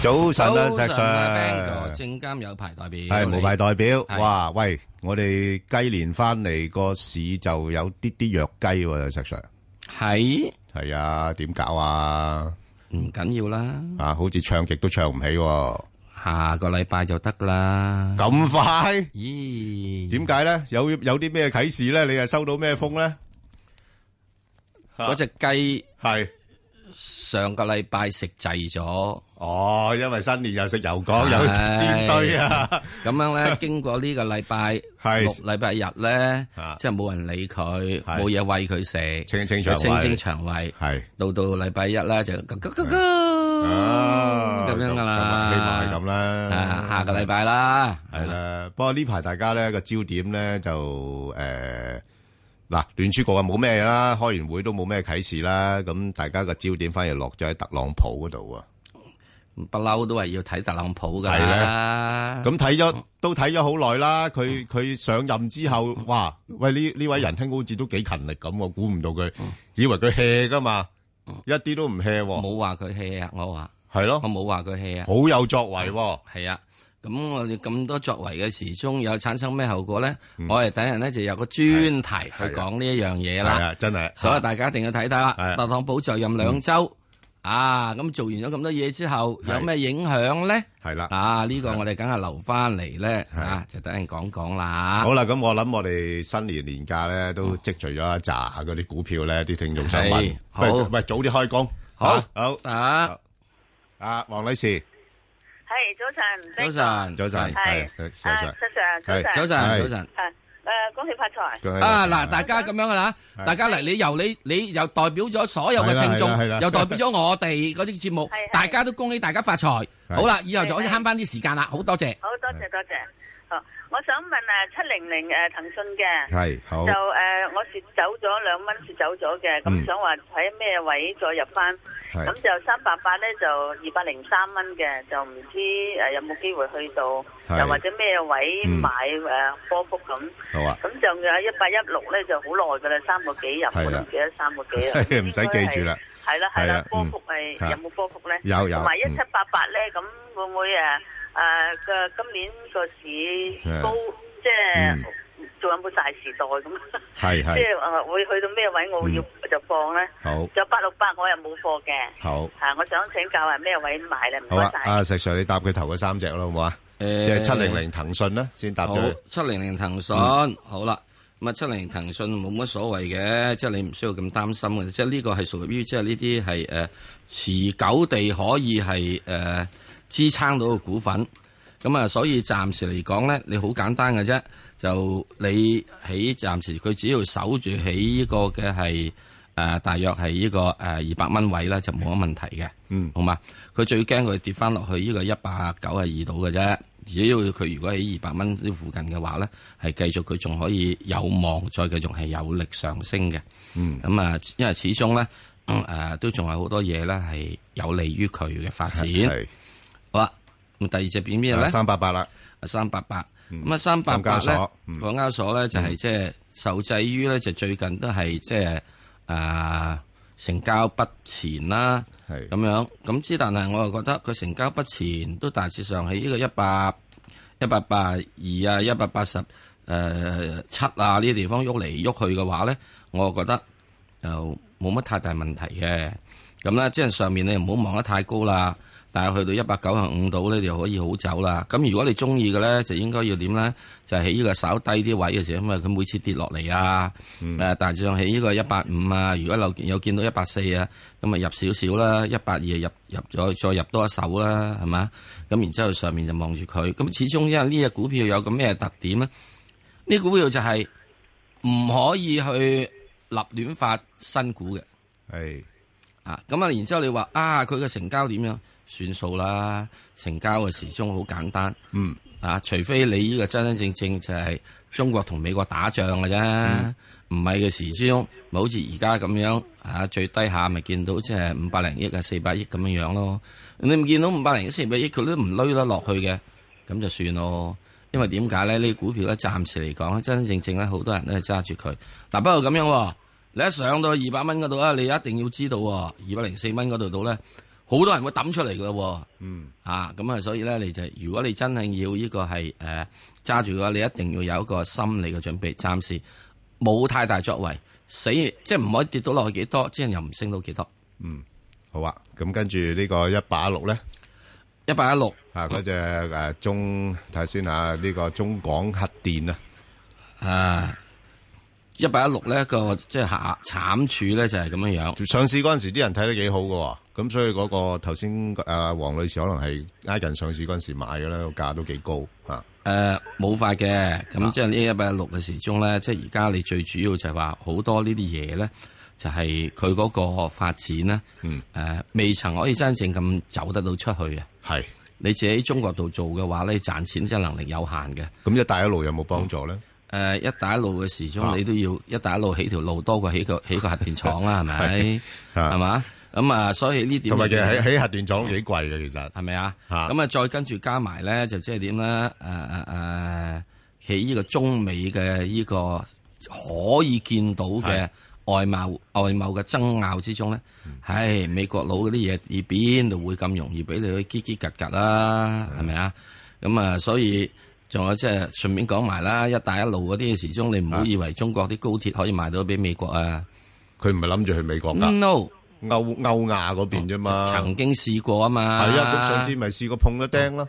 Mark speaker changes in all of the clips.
Speaker 1: 早晨啊，石
Speaker 2: Sir，
Speaker 1: Sir，
Speaker 2: 證監有牌代表，
Speaker 1: 係無牌代表。
Speaker 2: 係
Speaker 1: 哇，喂，我哋雞年翻嚟個市就有啲啲弱雞喎，石 Sir。
Speaker 2: 係
Speaker 1: 係啊，點搞啊？
Speaker 2: 唔緊要啦，
Speaker 1: 啊，好似唱極都唱唔起喎，
Speaker 2: 下個禮拜就得㗎啦。
Speaker 1: 咁快？
Speaker 2: 咦？
Speaker 1: 點解咧？有有啲咩啟示咧？你又收到咩風咧？
Speaker 2: 嗰只雞
Speaker 1: 係
Speaker 2: 上個禮拜食滯咗，
Speaker 1: 哦，因為新年又食油角，又食煎堆啊，
Speaker 2: 咁樣咧經過呢個禮拜
Speaker 1: 係
Speaker 2: 六禮拜日咧
Speaker 1: 啊，
Speaker 2: 即係冇人理
Speaker 1: 係
Speaker 2: 佢，冇嘢喂佢食，
Speaker 1: 清清腸胃
Speaker 2: 清清腸胃。
Speaker 1: 係
Speaker 2: 到到禮拜一啦，就咁
Speaker 1: 啊，
Speaker 2: 樣噶啦，
Speaker 1: 希望係咁啦
Speaker 2: 啊，。下個禮拜啦，
Speaker 1: 系啦，不過呢排大家咧個焦點咧就诶嗱，聯儲局啊冇咩啦，開完會都冇咩啟示啦，咁大家個焦點反而落咗喺特朗普嗰度啊。
Speaker 2: 不嬲都係要睇特朗普噶
Speaker 1: 係
Speaker 2: 啦。
Speaker 1: 咁睇咗都睇咗好耐啦，佢佢上任之後，哇，喂呢呢位仁兄好似都幾勤力咁喎，估唔到佢，以為佢 hea 噶嘛，一啲都唔 hea，喎
Speaker 2: 嗯冇話佢 hea 啊，我話
Speaker 1: 係咯
Speaker 2: 我，冇話佢 hea 啊，
Speaker 1: 好有作為喎，
Speaker 2: 係啊。咁我哋咁多作為嘅時鐘有產生咩後果咧？我哋等人咧就有個專題去講呢一樣嘢
Speaker 1: 係
Speaker 2: 啦。
Speaker 1: 啊，真係，
Speaker 2: 所以大家一定要睇睇啦
Speaker 1: 係啊。
Speaker 2: 特朗普就任兩週啊，咁做完咗咁多嘢之後，有咩影響咧？
Speaker 1: 係啦。
Speaker 2: 啊，呢個我哋梗係留翻嚟咧，
Speaker 1: 係
Speaker 2: 啊，就等人講講啦。
Speaker 1: 好啦，咁我諗我哋新年年假咧都積聚咗一扎嗰啲股票咧，啲聽眾想問
Speaker 2: 係，好
Speaker 1: 喂喂，早啲開工，
Speaker 2: 好
Speaker 1: 嚇好，
Speaker 2: 啊，
Speaker 1: 阿黃女士，
Speaker 3: 系早晨，
Speaker 2: 早晨，
Speaker 1: 早晨，係
Speaker 3: 係，
Speaker 1: 石石
Speaker 4: Ah,
Speaker 3: 啊
Speaker 1: Sir，
Speaker 3: 石 Sir，
Speaker 1: 係
Speaker 2: 早
Speaker 3: 早
Speaker 2: 晨，
Speaker 3: 晨，
Speaker 1: 係
Speaker 2: 早晨。
Speaker 3: 啊，
Speaker 4: Ờ,
Speaker 3: 诶，恭喜發財，
Speaker 1: 佢
Speaker 2: 啊嗱，大家咁樣噶啦，大家嚟，你由你你又代表咗所有嘅聽眾
Speaker 1: 係啦係啦係啦，
Speaker 2: 又代表咗我哋嗰啲節目
Speaker 3: 係，係
Speaker 2: 大家都恭喜大家發財。
Speaker 1: 係
Speaker 2: 好啦，以後就可以
Speaker 3: 係
Speaker 2: 慳翻啲時間啦，好多謝。
Speaker 3: 好多謝多謝。
Speaker 4: Ờ,
Speaker 3: 好，我想問诶七零零诶騰訊嘅，
Speaker 1: 係好
Speaker 3: 就，诶
Speaker 4: ờ,
Speaker 3: 我蝕走咗兩蚊，蝕走咗嘅，
Speaker 1: 嗯
Speaker 3: 咁想話喺咩位再入翻？咁
Speaker 1: 係
Speaker 3: 就三百八咧就二百零三蚊嘅，就唔知
Speaker 4: ờ,
Speaker 3: 诶
Speaker 4: dạ,
Speaker 3: 有冇機會去到，
Speaker 1: 係
Speaker 3: 又或者咩位
Speaker 1: 嗯
Speaker 3: 買
Speaker 4: ờ,
Speaker 3: 诶波幅咁？
Speaker 1: 好啊，
Speaker 3: 咁就有一八一六咧就好耐噶啦，三個幾入，
Speaker 4: dạ,
Speaker 1: 係
Speaker 3: 我
Speaker 1: 啦
Speaker 3: 都唔記得三個 幾啦，
Speaker 1: 唔使記住啦，
Speaker 3: 係啦係
Speaker 1: 係啦
Speaker 3: 啦，波
Speaker 1: 嗯
Speaker 3: 幅係
Speaker 1: 嚇
Speaker 4: dạ,
Speaker 3: 有冇波幅咧？
Speaker 1: 有有
Speaker 3: 同埋一
Speaker 1: 嗯
Speaker 3: 七八八咧，咁會唔會誒誒嘅今年個市高，即
Speaker 1: 嗯
Speaker 3: 係仲有冇大時代咁？
Speaker 1: 係嗯
Speaker 3: 即
Speaker 1: 係
Speaker 3: 係誒會去到咩位我會要就放咧？
Speaker 1: 好
Speaker 3: 就八六八我又冇貨嘅，
Speaker 1: 好，
Speaker 3: 嚇，我想請教係咩位買咧？唔
Speaker 1: 好
Speaker 3: 該
Speaker 1: 啊，
Speaker 3: 晒。
Speaker 1: 阿石 Sir 你答佢頭嗰三隻啦，好唔好啊？
Speaker 2: 誒
Speaker 1: 即係七零零騰訊啦，先答
Speaker 2: 好
Speaker 1: 咗，嗯
Speaker 2: 七零零騰訊，好啦。咁啊，七零零騰訊冇乜所謂嘅，即係你唔需要咁擔心嘅。即係呢個係屬於即係呢啲係誒持久地可以係誒、呃支撐到嘅股份。咁啊，所以暫時嚟講咧，你好簡單嘅啫。就你喺暫時佢只要守住喺呢個嘅係誒，呃大約係呢個誒二百蚊位咧，就冇乜問題嘅。
Speaker 1: 嗯，
Speaker 2: 好嘛？佢最驚佢跌翻落去呢個一百九啊二度嘅啫。只要佢如果喺二百蚊呢附近嘅話咧，係繼續佢仲可以有望再繼續係有力上升嘅。
Speaker 1: 嗯，
Speaker 2: 咁啊，因為始終咧誒、呃都仲係好多嘢咧係有利於佢嘅發展。
Speaker 1: 係啊
Speaker 2: 好啦，咁第二隻變咩咧？
Speaker 1: 三八八啦，
Speaker 2: 三八八。咁啊，三八八
Speaker 1: 港交
Speaker 2: 咧
Speaker 1: 所嗯，
Speaker 2: 港交所咧就係即係受制於咧，就最近都係即係啊成交不前啦。
Speaker 1: 係
Speaker 2: 咁樣，咁之但係我又覺得佢成交不前，都大致上喺呢個一百一百八二啊、一百八十誒七啊呢啲地方喐嚟喐去嘅話咧，我又覺得就冇乜太大問題嘅。咁咧，即係上面你唔好望得太高啦，但係去到一百九十五度咧，你就可以好走啦。咁如果你中意嘅咧，就應該要點咧？就喺呢個稍低啲位嘅時候，因為佢每次跌落嚟啊，誒、大致上喺呢個一百五啊，如果有有見到一百四啊，咁啊入少少啦，一百二啊入入咗，再入多一手啦，係嘛？咁然之後上面就望住佢，咁始終因為呢只股票有個咩特點咧？呢股票就係唔可以去立亂發新股嘅。
Speaker 1: 係
Speaker 2: 啊，咁啊，然之後你話啊，佢嘅成交點樣？算數啦，成交嘅時鐘好簡單
Speaker 1: 嗯
Speaker 2: 啊，除非你呢個真真正正就係中國同美國打仗嘅啫，唔係嘅時鐘咪好似而家咁樣啊，最低下咪見到即係五百零億啊、四百億咁樣樣咯。你唔見到五百零億、四百億，佢都唔攞得落去嘅，咁就算咯。因為點解咧？呢啲股票咧，暫時嚟講咧，真真正正咧，好多人都係揸住佢。嗱，不過咁樣喎，你一上到二百蚊嗰度啊，你一定要知道喎，二百零四蚊嗰度到咧，好多人會抌出嚟噶喎。
Speaker 1: 嗯，
Speaker 2: 啊，咁啊，所以咧，你就如果你真係要呢個係誒揸住嘅話，你一定要有一個心理嘅準備，暫時冇太大作為，死即係唔可以跌到落去幾多，之後又唔升到幾多。
Speaker 1: 好啊。咁跟住呢個一八六咧，
Speaker 2: 一八一六
Speaker 1: 啊嗰只诶中睇下先啊，呢個中港核電啊，
Speaker 2: 誒，啊一八一六咧個即係下慘處咧就係咁樣樣。
Speaker 1: 上市嗰阵时啲人睇得幾好嘅，咁所以嗰個頭先诶黃女士可能係挨近上市嗰阵时买嘅啦，個價都幾高啊。
Speaker 2: 誒呃冇法嘅，咁即係呢一百六嘅時鐘咧，即係而家你最主要就係話好多呢啲嘢咧，就係佢嗰個發展咧，誒、
Speaker 1: 嗯
Speaker 2: 未曾可以真正咁走得到出去啊！
Speaker 1: 係，
Speaker 2: 你自己喺中國度做嘅話咧，賺錢真係能力有限嘅。誒、呃
Speaker 1: 咁一帶一路有冇幫助咧？
Speaker 2: 一帶一路嘅時
Speaker 1: 啊
Speaker 2: 鐘你都要一帶一路起條路多過起個起個核電廠啦，係 咪？
Speaker 1: 啊
Speaker 2: 係嘛？咁啊，所以呢點
Speaker 1: 同埋其實
Speaker 2: 入邊
Speaker 1: 喺喺核電廠幾貴嘅，其實
Speaker 2: 係咪啊？
Speaker 1: 啊
Speaker 2: 咁啊，再跟住加埋咧，就即係點咧？誒誒誒，喺呢個中美嘅呢個可以見到
Speaker 1: 係嗯
Speaker 2: 嘅外貿外貿嘅爭拗之中咧，唉，美國佬嗰啲嘢，而邊度會咁容易俾你去結結格格啦？
Speaker 1: 嗯
Speaker 2: 係咪啊？咁啊，所以仲有即係順便講埋啦，一帶一路嗰啲時鐘，你
Speaker 1: 啊
Speaker 2: 唔好以為中國啲高鐵可以賣到俾美國啊
Speaker 1: 佢唔係諗住去美國㗎。
Speaker 2: ！No，
Speaker 1: 歐歐亞嗰邊啫嘛，
Speaker 2: 曾經試過啊嘛。
Speaker 1: 係啊，咁上次咪試過碰咗釘咯，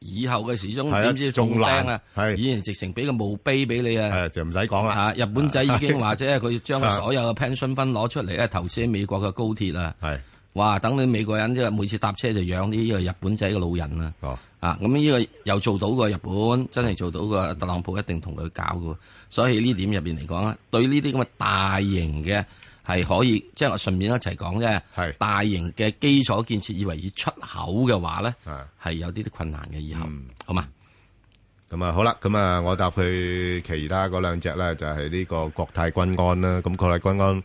Speaker 2: 以後嘅時鐘
Speaker 1: 係啊
Speaker 2: 點知中釘啊？
Speaker 1: 仲難係
Speaker 2: 以前直情俾個墓碑俾你啊！
Speaker 1: 係啊就唔使講啦，
Speaker 2: 啊，日本仔已經話即 係佢將所有嘅 pension 分攞出嚟咧，投資喺美國嘅高鐵啊！
Speaker 1: 係
Speaker 2: 哇，等你美國人即係每次搭車就養啲呢個日本仔嘅老人啊！
Speaker 1: 哦，
Speaker 2: 啊，咁呢個又做到個日本，真係做到個特朗普一定同佢搞嘅，所以呢點入邊嚟講咧，對呢啲咁嘅大型嘅係可以，即係我順便一齊講啫。
Speaker 1: 係
Speaker 2: 大型嘅基礎建設以為以出口嘅話咧
Speaker 1: 啊，
Speaker 2: 係有啲啲困難嘅以後，
Speaker 1: 嗯
Speaker 2: 好嘛？
Speaker 1: 咁啊好啦，咁啊我答佢其他嗰兩隻咧，就係呢個國泰君安啦，咁國泰君安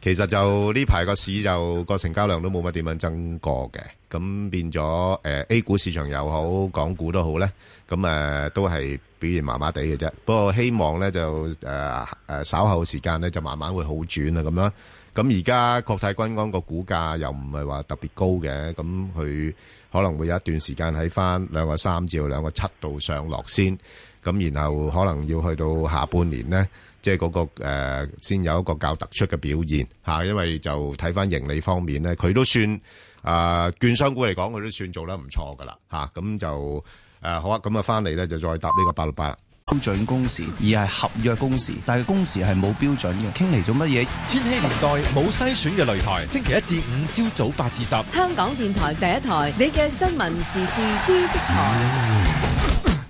Speaker 1: 其實就呢排個市就個成交量都冇乜點樣增過嘅，咁變咗誒、呃 A 股市場又好，港股都好咧，咁誒、呃都係表現麻麻地嘅啫。不過希望咧就誒誒、呃稍後時間咧就慢慢會好轉啦，咁樣。咁而家國泰君安個股價又唔係話特別高嘅，咁佢可能會有一段時間喺翻兩個三至到兩個七度上落先，咁然後可能要去到下半年呢，即係嗰、個、呃、先有一個較突出嘅表現嚇、因為就睇翻盈利方面呢，佢都算啊、券商股嚟講，佢都算做得唔錯噶啦嚇，咁、就誒、呃好啊，咁啊翻嚟呢，就再答呢個八六八啦。
Speaker 5: 標準工時，而係合約工時，但係工時係冇標準嘅，傾嚟做乜嘢？
Speaker 6: 千禧年代冇篩選嘅擂台，星期一至五朝早八至十。
Speaker 7: 香港電台第一台，你嘅新聞時事知識台，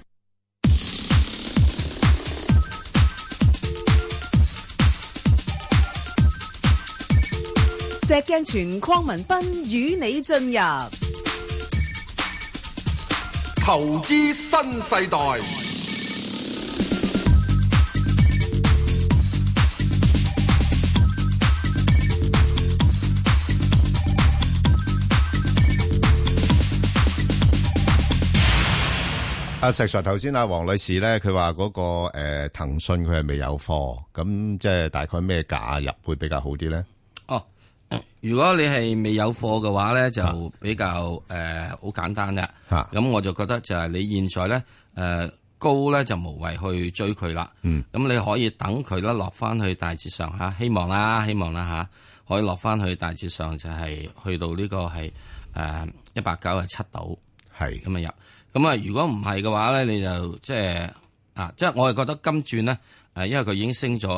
Speaker 7: 石鏡泉邝文斌與你進入
Speaker 8: 投資新世代，
Speaker 1: 阿石 Sir 頭先阿黃女士咧，佢話嗰個誒騰訊佢係未有貨，咁即係大概咩價入會比較好啲咧？
Speaker 2: 哦，如果你係未有貨嘅話咧，就比較呃誒好、簡單啦。
Speaker 1: 嚇
Speaker 2: 咁我就覺得就係你現在咧誒、高咧就無謂去追佢啦。
Speaker 1: 嗯，
Speaker 2: 咁你可以等佢咧落翻去大致上嚇，希望啦，希望啦嚇、可以落翻去大致上就係、去到呢個係誒一百九十七度。
Speaker 1: 係
Speaker 2: 咁啊入。咁啊，如果唔係嘅話咧，你就即係啊，即係我係覺得金轉咧，誒，因為佢已經升咗誒、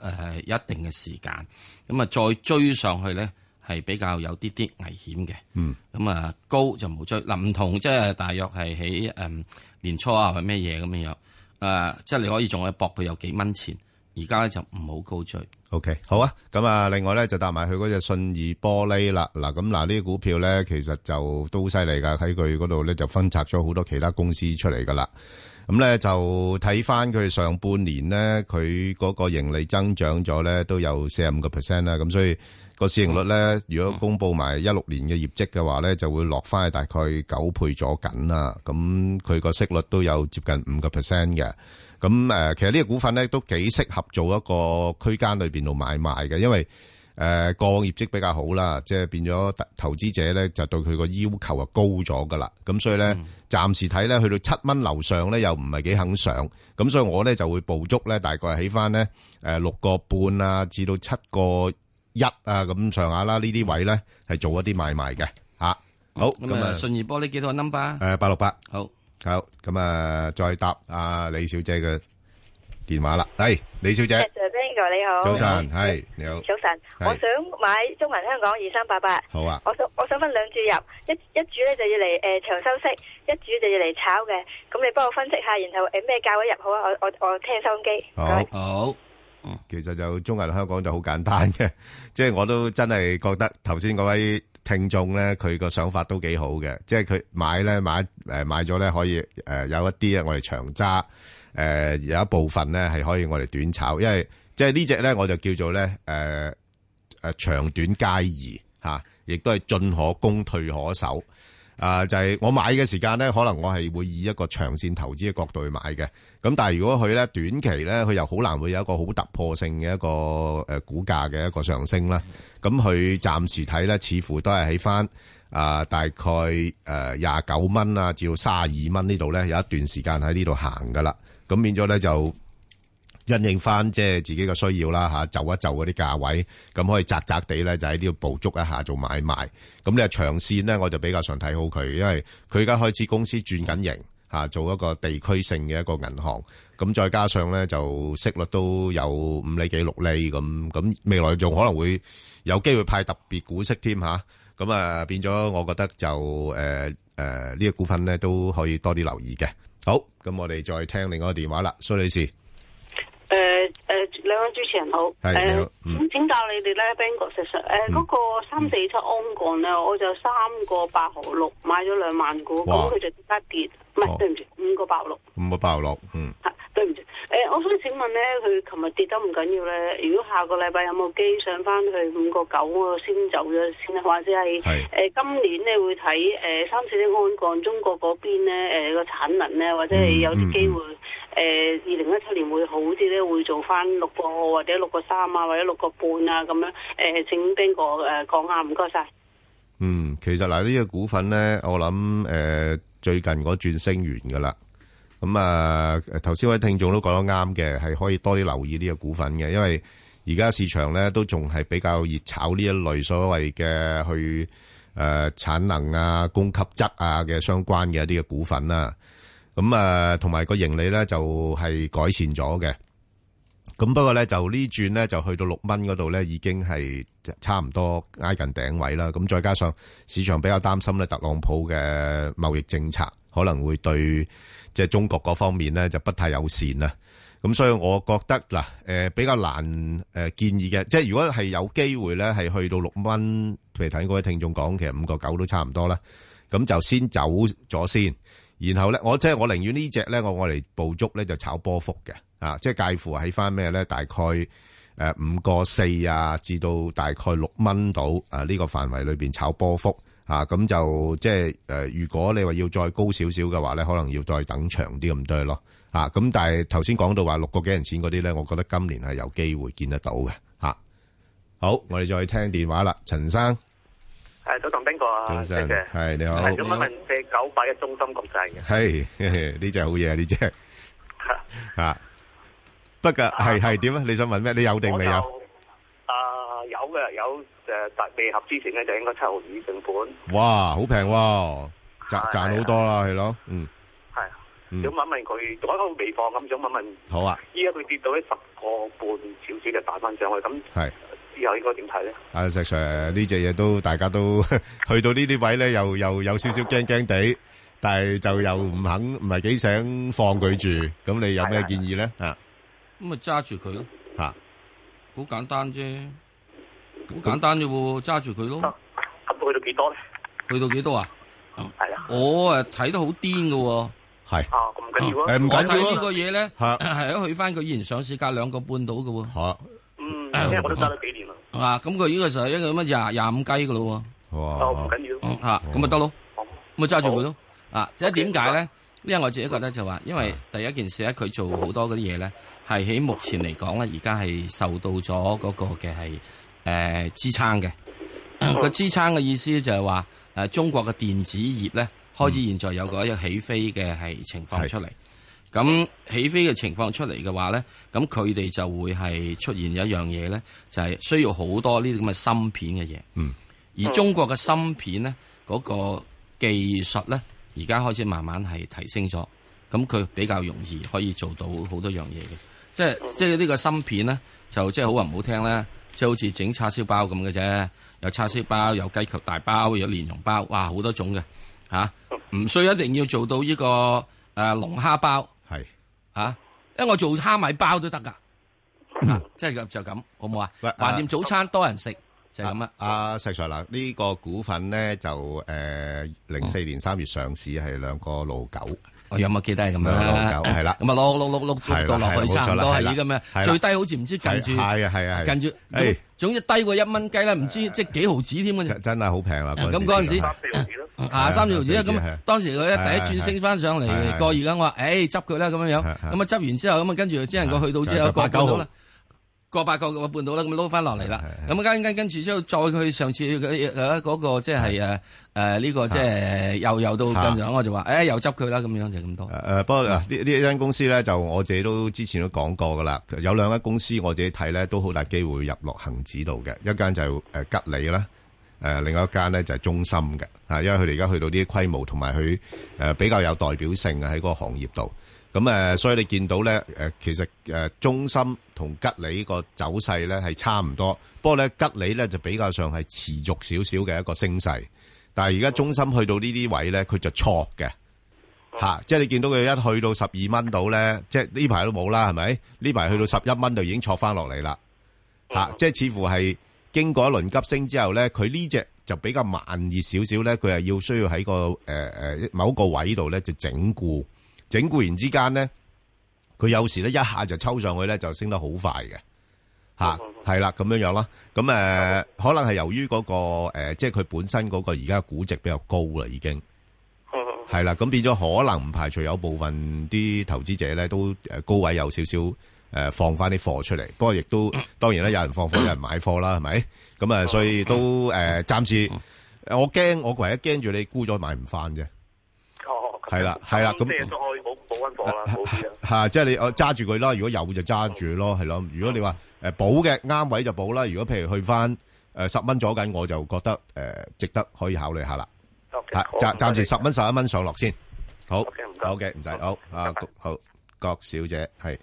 Speaker 2: 呃一定嘅時間，咁啊再追上去咧係比較有啲啲危險嘅。
Speaker 1: 嗯。
Speaker 2: 咁啊高就冇追，嗱唔同即係大約係喺誒年初啊或咩嘢咁樣樣，誒、啊即係你可以仲係搏佢有幾蚊錢，而家咧就唔好高追。
Speaker 1: OK，好啊。咁啊，另外咧就搭埋佢嗰只信義玻璃啦。嗱，咁嗱呢啲股票咧，其實就都好犀利噶，喺佢嗰度咧就分拆咗好多其他公司出嚟噶啦。咁咧就睇翻佢上半年咧，佢嗰個盈利增長咗咧都有四十五個 percent 啦。咁所以個市盈率咧，如果公布埋一六年嘅業績嘅話咧，就會落翻去大概九倍咗緊啦。咁佢個息率都有接近五個 percent 嘅。咁誒、呃其實呢個股份咧都幾適合做一個區間裏邊度買賣嘅，因為誒、誒過往業績比較好啦，即係變咗投資者咧就對佢個要求啊高咗噶啦，咁所以咧暫時睇咧去到七蚊樓上咧又唔係幾肯上，咁所以我咧就會捕捉咧大概係起翻咧誒六個半啊至到七個一啊咁上下啦，呢啲位咧係做一啲買賣嘅嚇。好
Speaker 2: 咁
Speaker 1: 咁
Speaker 2: 啊，
Speaker 1: 啊
Speaker 2: 信義玻璃幾多個 number？啊
Speaker 1: 誒八六八
Speaker 2: 好，
Speaker 1: 好咁啊，再答阿李小姐嘅電話啦。係李小姐，
Speaker 3: Ben 哥你好
Speaker 1: 早晨，係你好，
Speaker 3: 早晨，
Speaker 1: 係
Speaker 3: 我想買中文香港二三八八，
Speaker 1: 好啊。
Speaker 3: 我想我想分兩注入，一一注咧就要嚟诶、呃长收息，一注就要嚟炒嘅。咁你幫我分析下，然後诶咩價位入好啊？我我我聽收音機。唔該
Speaker 1: 好
Speaker 2: 好，
Speaker 1: 其實就中銀香港就好簡單嘅， 即係我都真係覺得頭先嗰位聽眾咧，佢個想法都幾好嘅，即係佢買咧買誒買咗咧可以誒、呃有一啲啊，我哋長揸誒、呃有一部分咧係可以我哋短炒，因為即係呢只咧我就叫做咧誒誒長短皆宜嚇、亦都係進可攻退可守。啊，就係、我買嘅時間咧，可能我係會以一個長線投資嘅角度去買嘅。咁但係如果佢咧短期咧，佢又好難會有一個好突破性嘅一個誒、呃股價嘅一個上升啦。咁佢暫時睇咧，似乎都係喺翻啊大概誒廿九蚊啊至到卅二蚊呢度咧，有一段時間喺呢度行噶啦。咁變咗咧就。因應翻即係自己嘅需要啦嚇，就一就嗰啲價位，咁可以窄窄地咧就喺呢度捕捉一下做買賣。咁你話長線咧，我就比較上睇好佢，因為佢而家開始公司轉緊型嚇，啊做一個地區性嘅一個銀行。咁再加上咧就息率都有五厘幾六厘咁，咁未來仲可能會有機會派特別股息添嚇。咁啊變咗，我覺得就誒誒呢個股份咧都可以多啲留意嘅。好，咁我哋再聽另外一個電話啦，蘇女士。
Speaker 4: 诶诶，呃兩位主持人好。
Speaker 1: 係你好
Speaker 4: 誒
Speaker 1: 嗯
Speaker 4: 咁請教你哋咧，Ben 哥石 Sir，誒嗰個三四七安鋼咧，我就三個八毫六買咗兩萬股，
Speaker 1: 哇
Speaker 4: 咁佢就即刻跌，唔
Speaker 1: 哦
Speaker 4: 係對唔住，五個八毫六，
Speaker 1: 五個爆落，嗯，
Speaker 4: 嚇對唔住。誒，我想請問咧，佢琴日跌得唔緊要咧，如果下個禮拜有冇機上翻去五個九我先走咗先啊，或者係
Speaker 1: 係
Speaker 4: 誒今年咧會睇誒三四七安鋼中國嗰邊咧誒個產能咧，或者係有啲機會。誒二零一七年會好啲咧，會做翻六個或者六個三啊，或者六個半啊咁樣。誒、請邊個誒講下？唔該晒。
Speaker 1: 嗯，其實嗱呢、個股份咧，我諗诶、呃最近嗰轉升完噶啦，咁啊呃頭先位聽眾都講得啱嘅，係可以多啲留意呢個股份嘅，因為而家市場咧都仲係比較熱炒呢一類所謂嘅去诶、呃、產能啊、供給側啊嘅相關嘅呢個股份啦、咁啊，同埋個盈利咧就係、改善咗嘅。咁不過咧，就呢轉咧就去到六蚊嗰度咧，已經係差唔多挨近頂位啦。咁再加上市場比較擔心咧，特朗普嘅貿易政策可能會對即係中國嗰方面咧就不太友善啦。咁所以我覺得嗱，誒、比較難誒、建議嘅，即係如果係有機會咧，係去到六蚊，譬如頭先嗰位聽眾講，其實五個九都差唔多啦。咁就先走咗先，然後咧，我即係我寧願呢只咧，我我嚟捕捉咧就炒波幅嘅，啊，即係介乎喺翻咩咧，大概誒五個四啊，至到大概六蚊到啊呢個範圍裏邊炒波幅啊，咁就即係誒、呃如果你話要再高少少嘅話咧，可能要再等長啲咁多咯，啊，咁但係頭先講到話六個幾人錢嗰啲咧，我覺得今年係有機會見得到嘅，嚇、好，我哋再聽電話啦，陳生，
Speaker 9: 係早晨，邊個
Speaker 1: 早
Speaker 9: 啊？
Speaker 1: 晨，
Speaker 9: 謝謝
Speaker 1: 係你好
Speaker 9: 係。咁問問借九百嘅中心國際嘅，
Speaker 1: 系 呢只好嘢，呢 只啊，不过系系点啊？你想问咩？你有定
Speaker 9: 我
Speaker 1: 未
Speaker 9: 就
Speaker 1: 有？
Speaker 9: 啊有嘅，有誒特未合之前咧就應該七毫二成本，
Speaker 1: 哇，好平喎，赚
Speaker 9: 係啊
Speaker 1: 赚好多啦，系咯，嗯
Speaker 9: 係。啊
Speaker 1: 嗯
Speaker 9: 想問問佢，仲有一個未放咁，想問問
Speaker 1: 好啊，
Speaker 9: 依家佢跌到喺十個半少少就打翻上去，咁
Speaker 1: 系
Speaker 9: 之後應該點睇咧？
Speaker 1: 阿石 Sir 呢只嘢都大家都 去到呢啲位咧，又又有少少惊惊地，但系就又唔肯，唔系几想放佢住。咁你有咩建议咧？啊
Speaker 2: 咁咪揸住佢咯，
Speaker 1: 吓，
Speaker 2: 好簡單啫，好簡單啫喎，揸住佢
Speaker 9: 哦
Speaker 2: 咯。
Speaker 9: 咁去到幾多咧？
Speaker 2: 去到幾多啊？
Speaker 9: 哦係啦，
Speaker 2: 我誒睇得好癲嘅喎。
Speaker 1: 系
Speaker 9: 啊咁唔緊
Speaker 1: 誒
Speaker 9: 要啊，
Speaker 1: 唔
Speaker 2: 我
Speaker 1: 緊
Speaker 2: 睇
Speaker 1: 要啊
Speaker 2: 呢個嘢 咧，
Speaker 1: 嚇
Speaker 2: 係去翻佢以前上市價兩個半到嘅喎。
Speaker 1: 好，
Speaker 9: 嗯，因為我都揸
Speaker 1: 哦
Speaker 9: 咗幾年啦，
Speaker 2: 啊，咁佢呢個時候一個乜廿廿五雞嘅咯
Speaker 9: 哦
Speaker 1: 哇
Speaker 9: 唔，緊要
Speaker 2: 喎，嚇啊咁咪得咯，
Speaker 9: 好，
Speaker 2: 咁咪揸住佢咯。啊，即係點解咧？因為我自己覺得就話，因為第一件事咧，佢做好多嗰啲嘢咧，係喺目前嚟講咧，而家係受到咗嗰個嘅係誒支撐嘅。 個支撐嘅意思就係話誒中國嘅電子業咧開始現在有個一個起飛嘅係情況出嚟。咁起飛嘅情況出嚟嘅話咧，咁佢哋就會係出現一樣嘢咧，就係、需要好多呢啲咁嘅芯片嘅嘢。
Speaker 1: 嗯，
Speaker 2: 而中國嘅芯片咧嗰、個技術咧，而家開始慢慢係提升咗，咁佢比較容易可以做到好多樣嘢嘅。即係
Speaker 1: 嗯
Speaker 2: 即係呢個芯片咧，就即係好話唔好聽啦，即係好似整叉燒包咁嘅啫，有叉燒包，有雞球大包，有蓮蓉包，哇，好多種嘅嚇，
Speaker 1: 嗯
Speaker 2: 唔、需要一定要做到呢、個誒、呃、龍蝦包。
Speaker 1: 係。
Speaker 2: 啊，因為我做蝦米包都得噶，啊即係咁就咁，好唔好啊？
Speaker 1: 喂
Speaker 2: 橫
Speaker 1: 啊
Speaker 2: 掂早餐多人食就係咁啊啦。
Speaker 1: 阿石 Sir 嗱，呢個股份咧就诶零
Speaker 2: 哦
Speaker 1: 四年三月上市係兩個老九，
Speaker 2: 我哦有冇記得係咁
Speaker 1: 兩個
Speaker 2: 啊？
Speaker 1: 老九係啦，
Speaker 2: 咁啊，碌碌碌
Speaker 1: 係啦
Speaker 2: 碌到
Speaker 1: 係
Speaker 2: 落
Speaker 1: 啦
Speaker 2: 去，
Speaker 1: 冇錯啦
Speaker 2: 差唔多係呢
Speaker 1: 係啦
Speaker 2: 咁
Speaker 1: 係啦
Speaker 2: 嘅，最低好似唔知近
Speaker 1: 係
Speaker 2: 住，
Speaker 1: 啊係啊係啊
Speaker 2: 近住，
Speaker 1: 誒
Speaker 2: 總總之低過一蚊雞啦，唔知即係幾毫子添嘅
Speaker 1: 真
Speaker 2: 啫。
Speaker 1: 真係好平啦。
Speaker 2: 咁嗰陣時
Speaker 1: 係
Speaker 9: 四毫子咯。
Speaker 2: 啊，三條子啦，
Speaker 1: 係
Speaker 2: 咁
Speaker 1: 啊
Speaker 2: 當時佢一第一轉升翻上
Speaker 1: 係係
Speaker 2: 嚟
Speaker 1: 係
Speaker 2: 過二咁，我話：，誒執佢啦咁樣樣。
Speaker 1: 係
Speaker 2: 咁
Speaker 1: 係
Speaker 2: 啊執完之後，咁啊跟住只能夠去到之後
Speaker 1: 係八
Speaker 2: 過半
Speaker 1: 九
Speaker 2: 到
Speaker 1: 號
Speaker 2: 啦，過八個半到啦，咁啊撈翻落嚟啦。
Speaker 1: 係係
Speaker 2: 咁啊跟跟跟住之後，再佢上次佢誒嗰個即係誒誒呢個即係又又到咁上下，我就話：，誒又執佢啦，咁樣就 咁多。
Speaker 1: 诶呃诶，誒不過嗱，呢呢一間公司咧，就我自己都之前都講過噶啦，有兩間公司我自己睇咧，都好大機會入落恒指度嘅，一間就係诶吉利啦，诶另外一間咧就係中心嘅，啊，因為佢哋而家去到啲規模同埋佢诶比較有代表性啊喺個行業度，咁诶所以你見到咧诶其實诶中心同吉利個走勢咧係差唔多，不過咧吉利咧就比較上係持續少少嘅一個升勢，但係而家中心去到呢啲位咧，佢就挫嘅。吓，即係你見到佢一去到十二蚊度咧，即係呢排都冇啦，係咪？呢排去到十一蚊就已經挫翻落嚟啦。吓、即係似乎係經過一輪急升之後咧，佢呢只就比較慢熱少少咧，佢係要需要喺個诶诶、呃某一個位度咧就整固，整固完之間咧，佢有時咧一下就抽上去咧就升得好快嘅。吓，係啦，咁樣樣啦，咁誒、呃可能係由於嗰、個、呃、即係佢本身嗰個而家估值比較高啦，已經。哦係啦，咁變咗可能唔排除有部分啲投資者咧都誒高位有少少誒放翻啲貨出嚟，不過亦都當然啦，有人放貨，有人買貨啦，係咪？咁啊，所以都誒暫時我驚，我唯一驚住你沽咗買唔翻啫，
Speaker 9: 哦，咁
Speaker 1: 係啦係啦咁啊
Speaker 9: 即係都可以冇冇温貨啦，冇啊啲啦。
Speaker 1: 嚇，即係你我揸住佢啦，如果有就揸住咯，係咯。如果你話誒補嘅啱位就補啦，如果譬如去翻誒十蚊左緊，我就覺得呃誒值得可以考慮下啦。
Speaker 9: OK，
Speaker 1: 係
Speaker 9: 好
Speaker 1: 啊暫暫時
Speaker 9: 唔
Speaker 1: 十
Speaker 9: 該你
Speaker 1: 蚊十一蚊上落先，好
Speaker 9: OK，唔該
Speaker 1: OK，唔使好啊，
Speaker 9: 拜拜
Speaker 1: 好郭小姐係。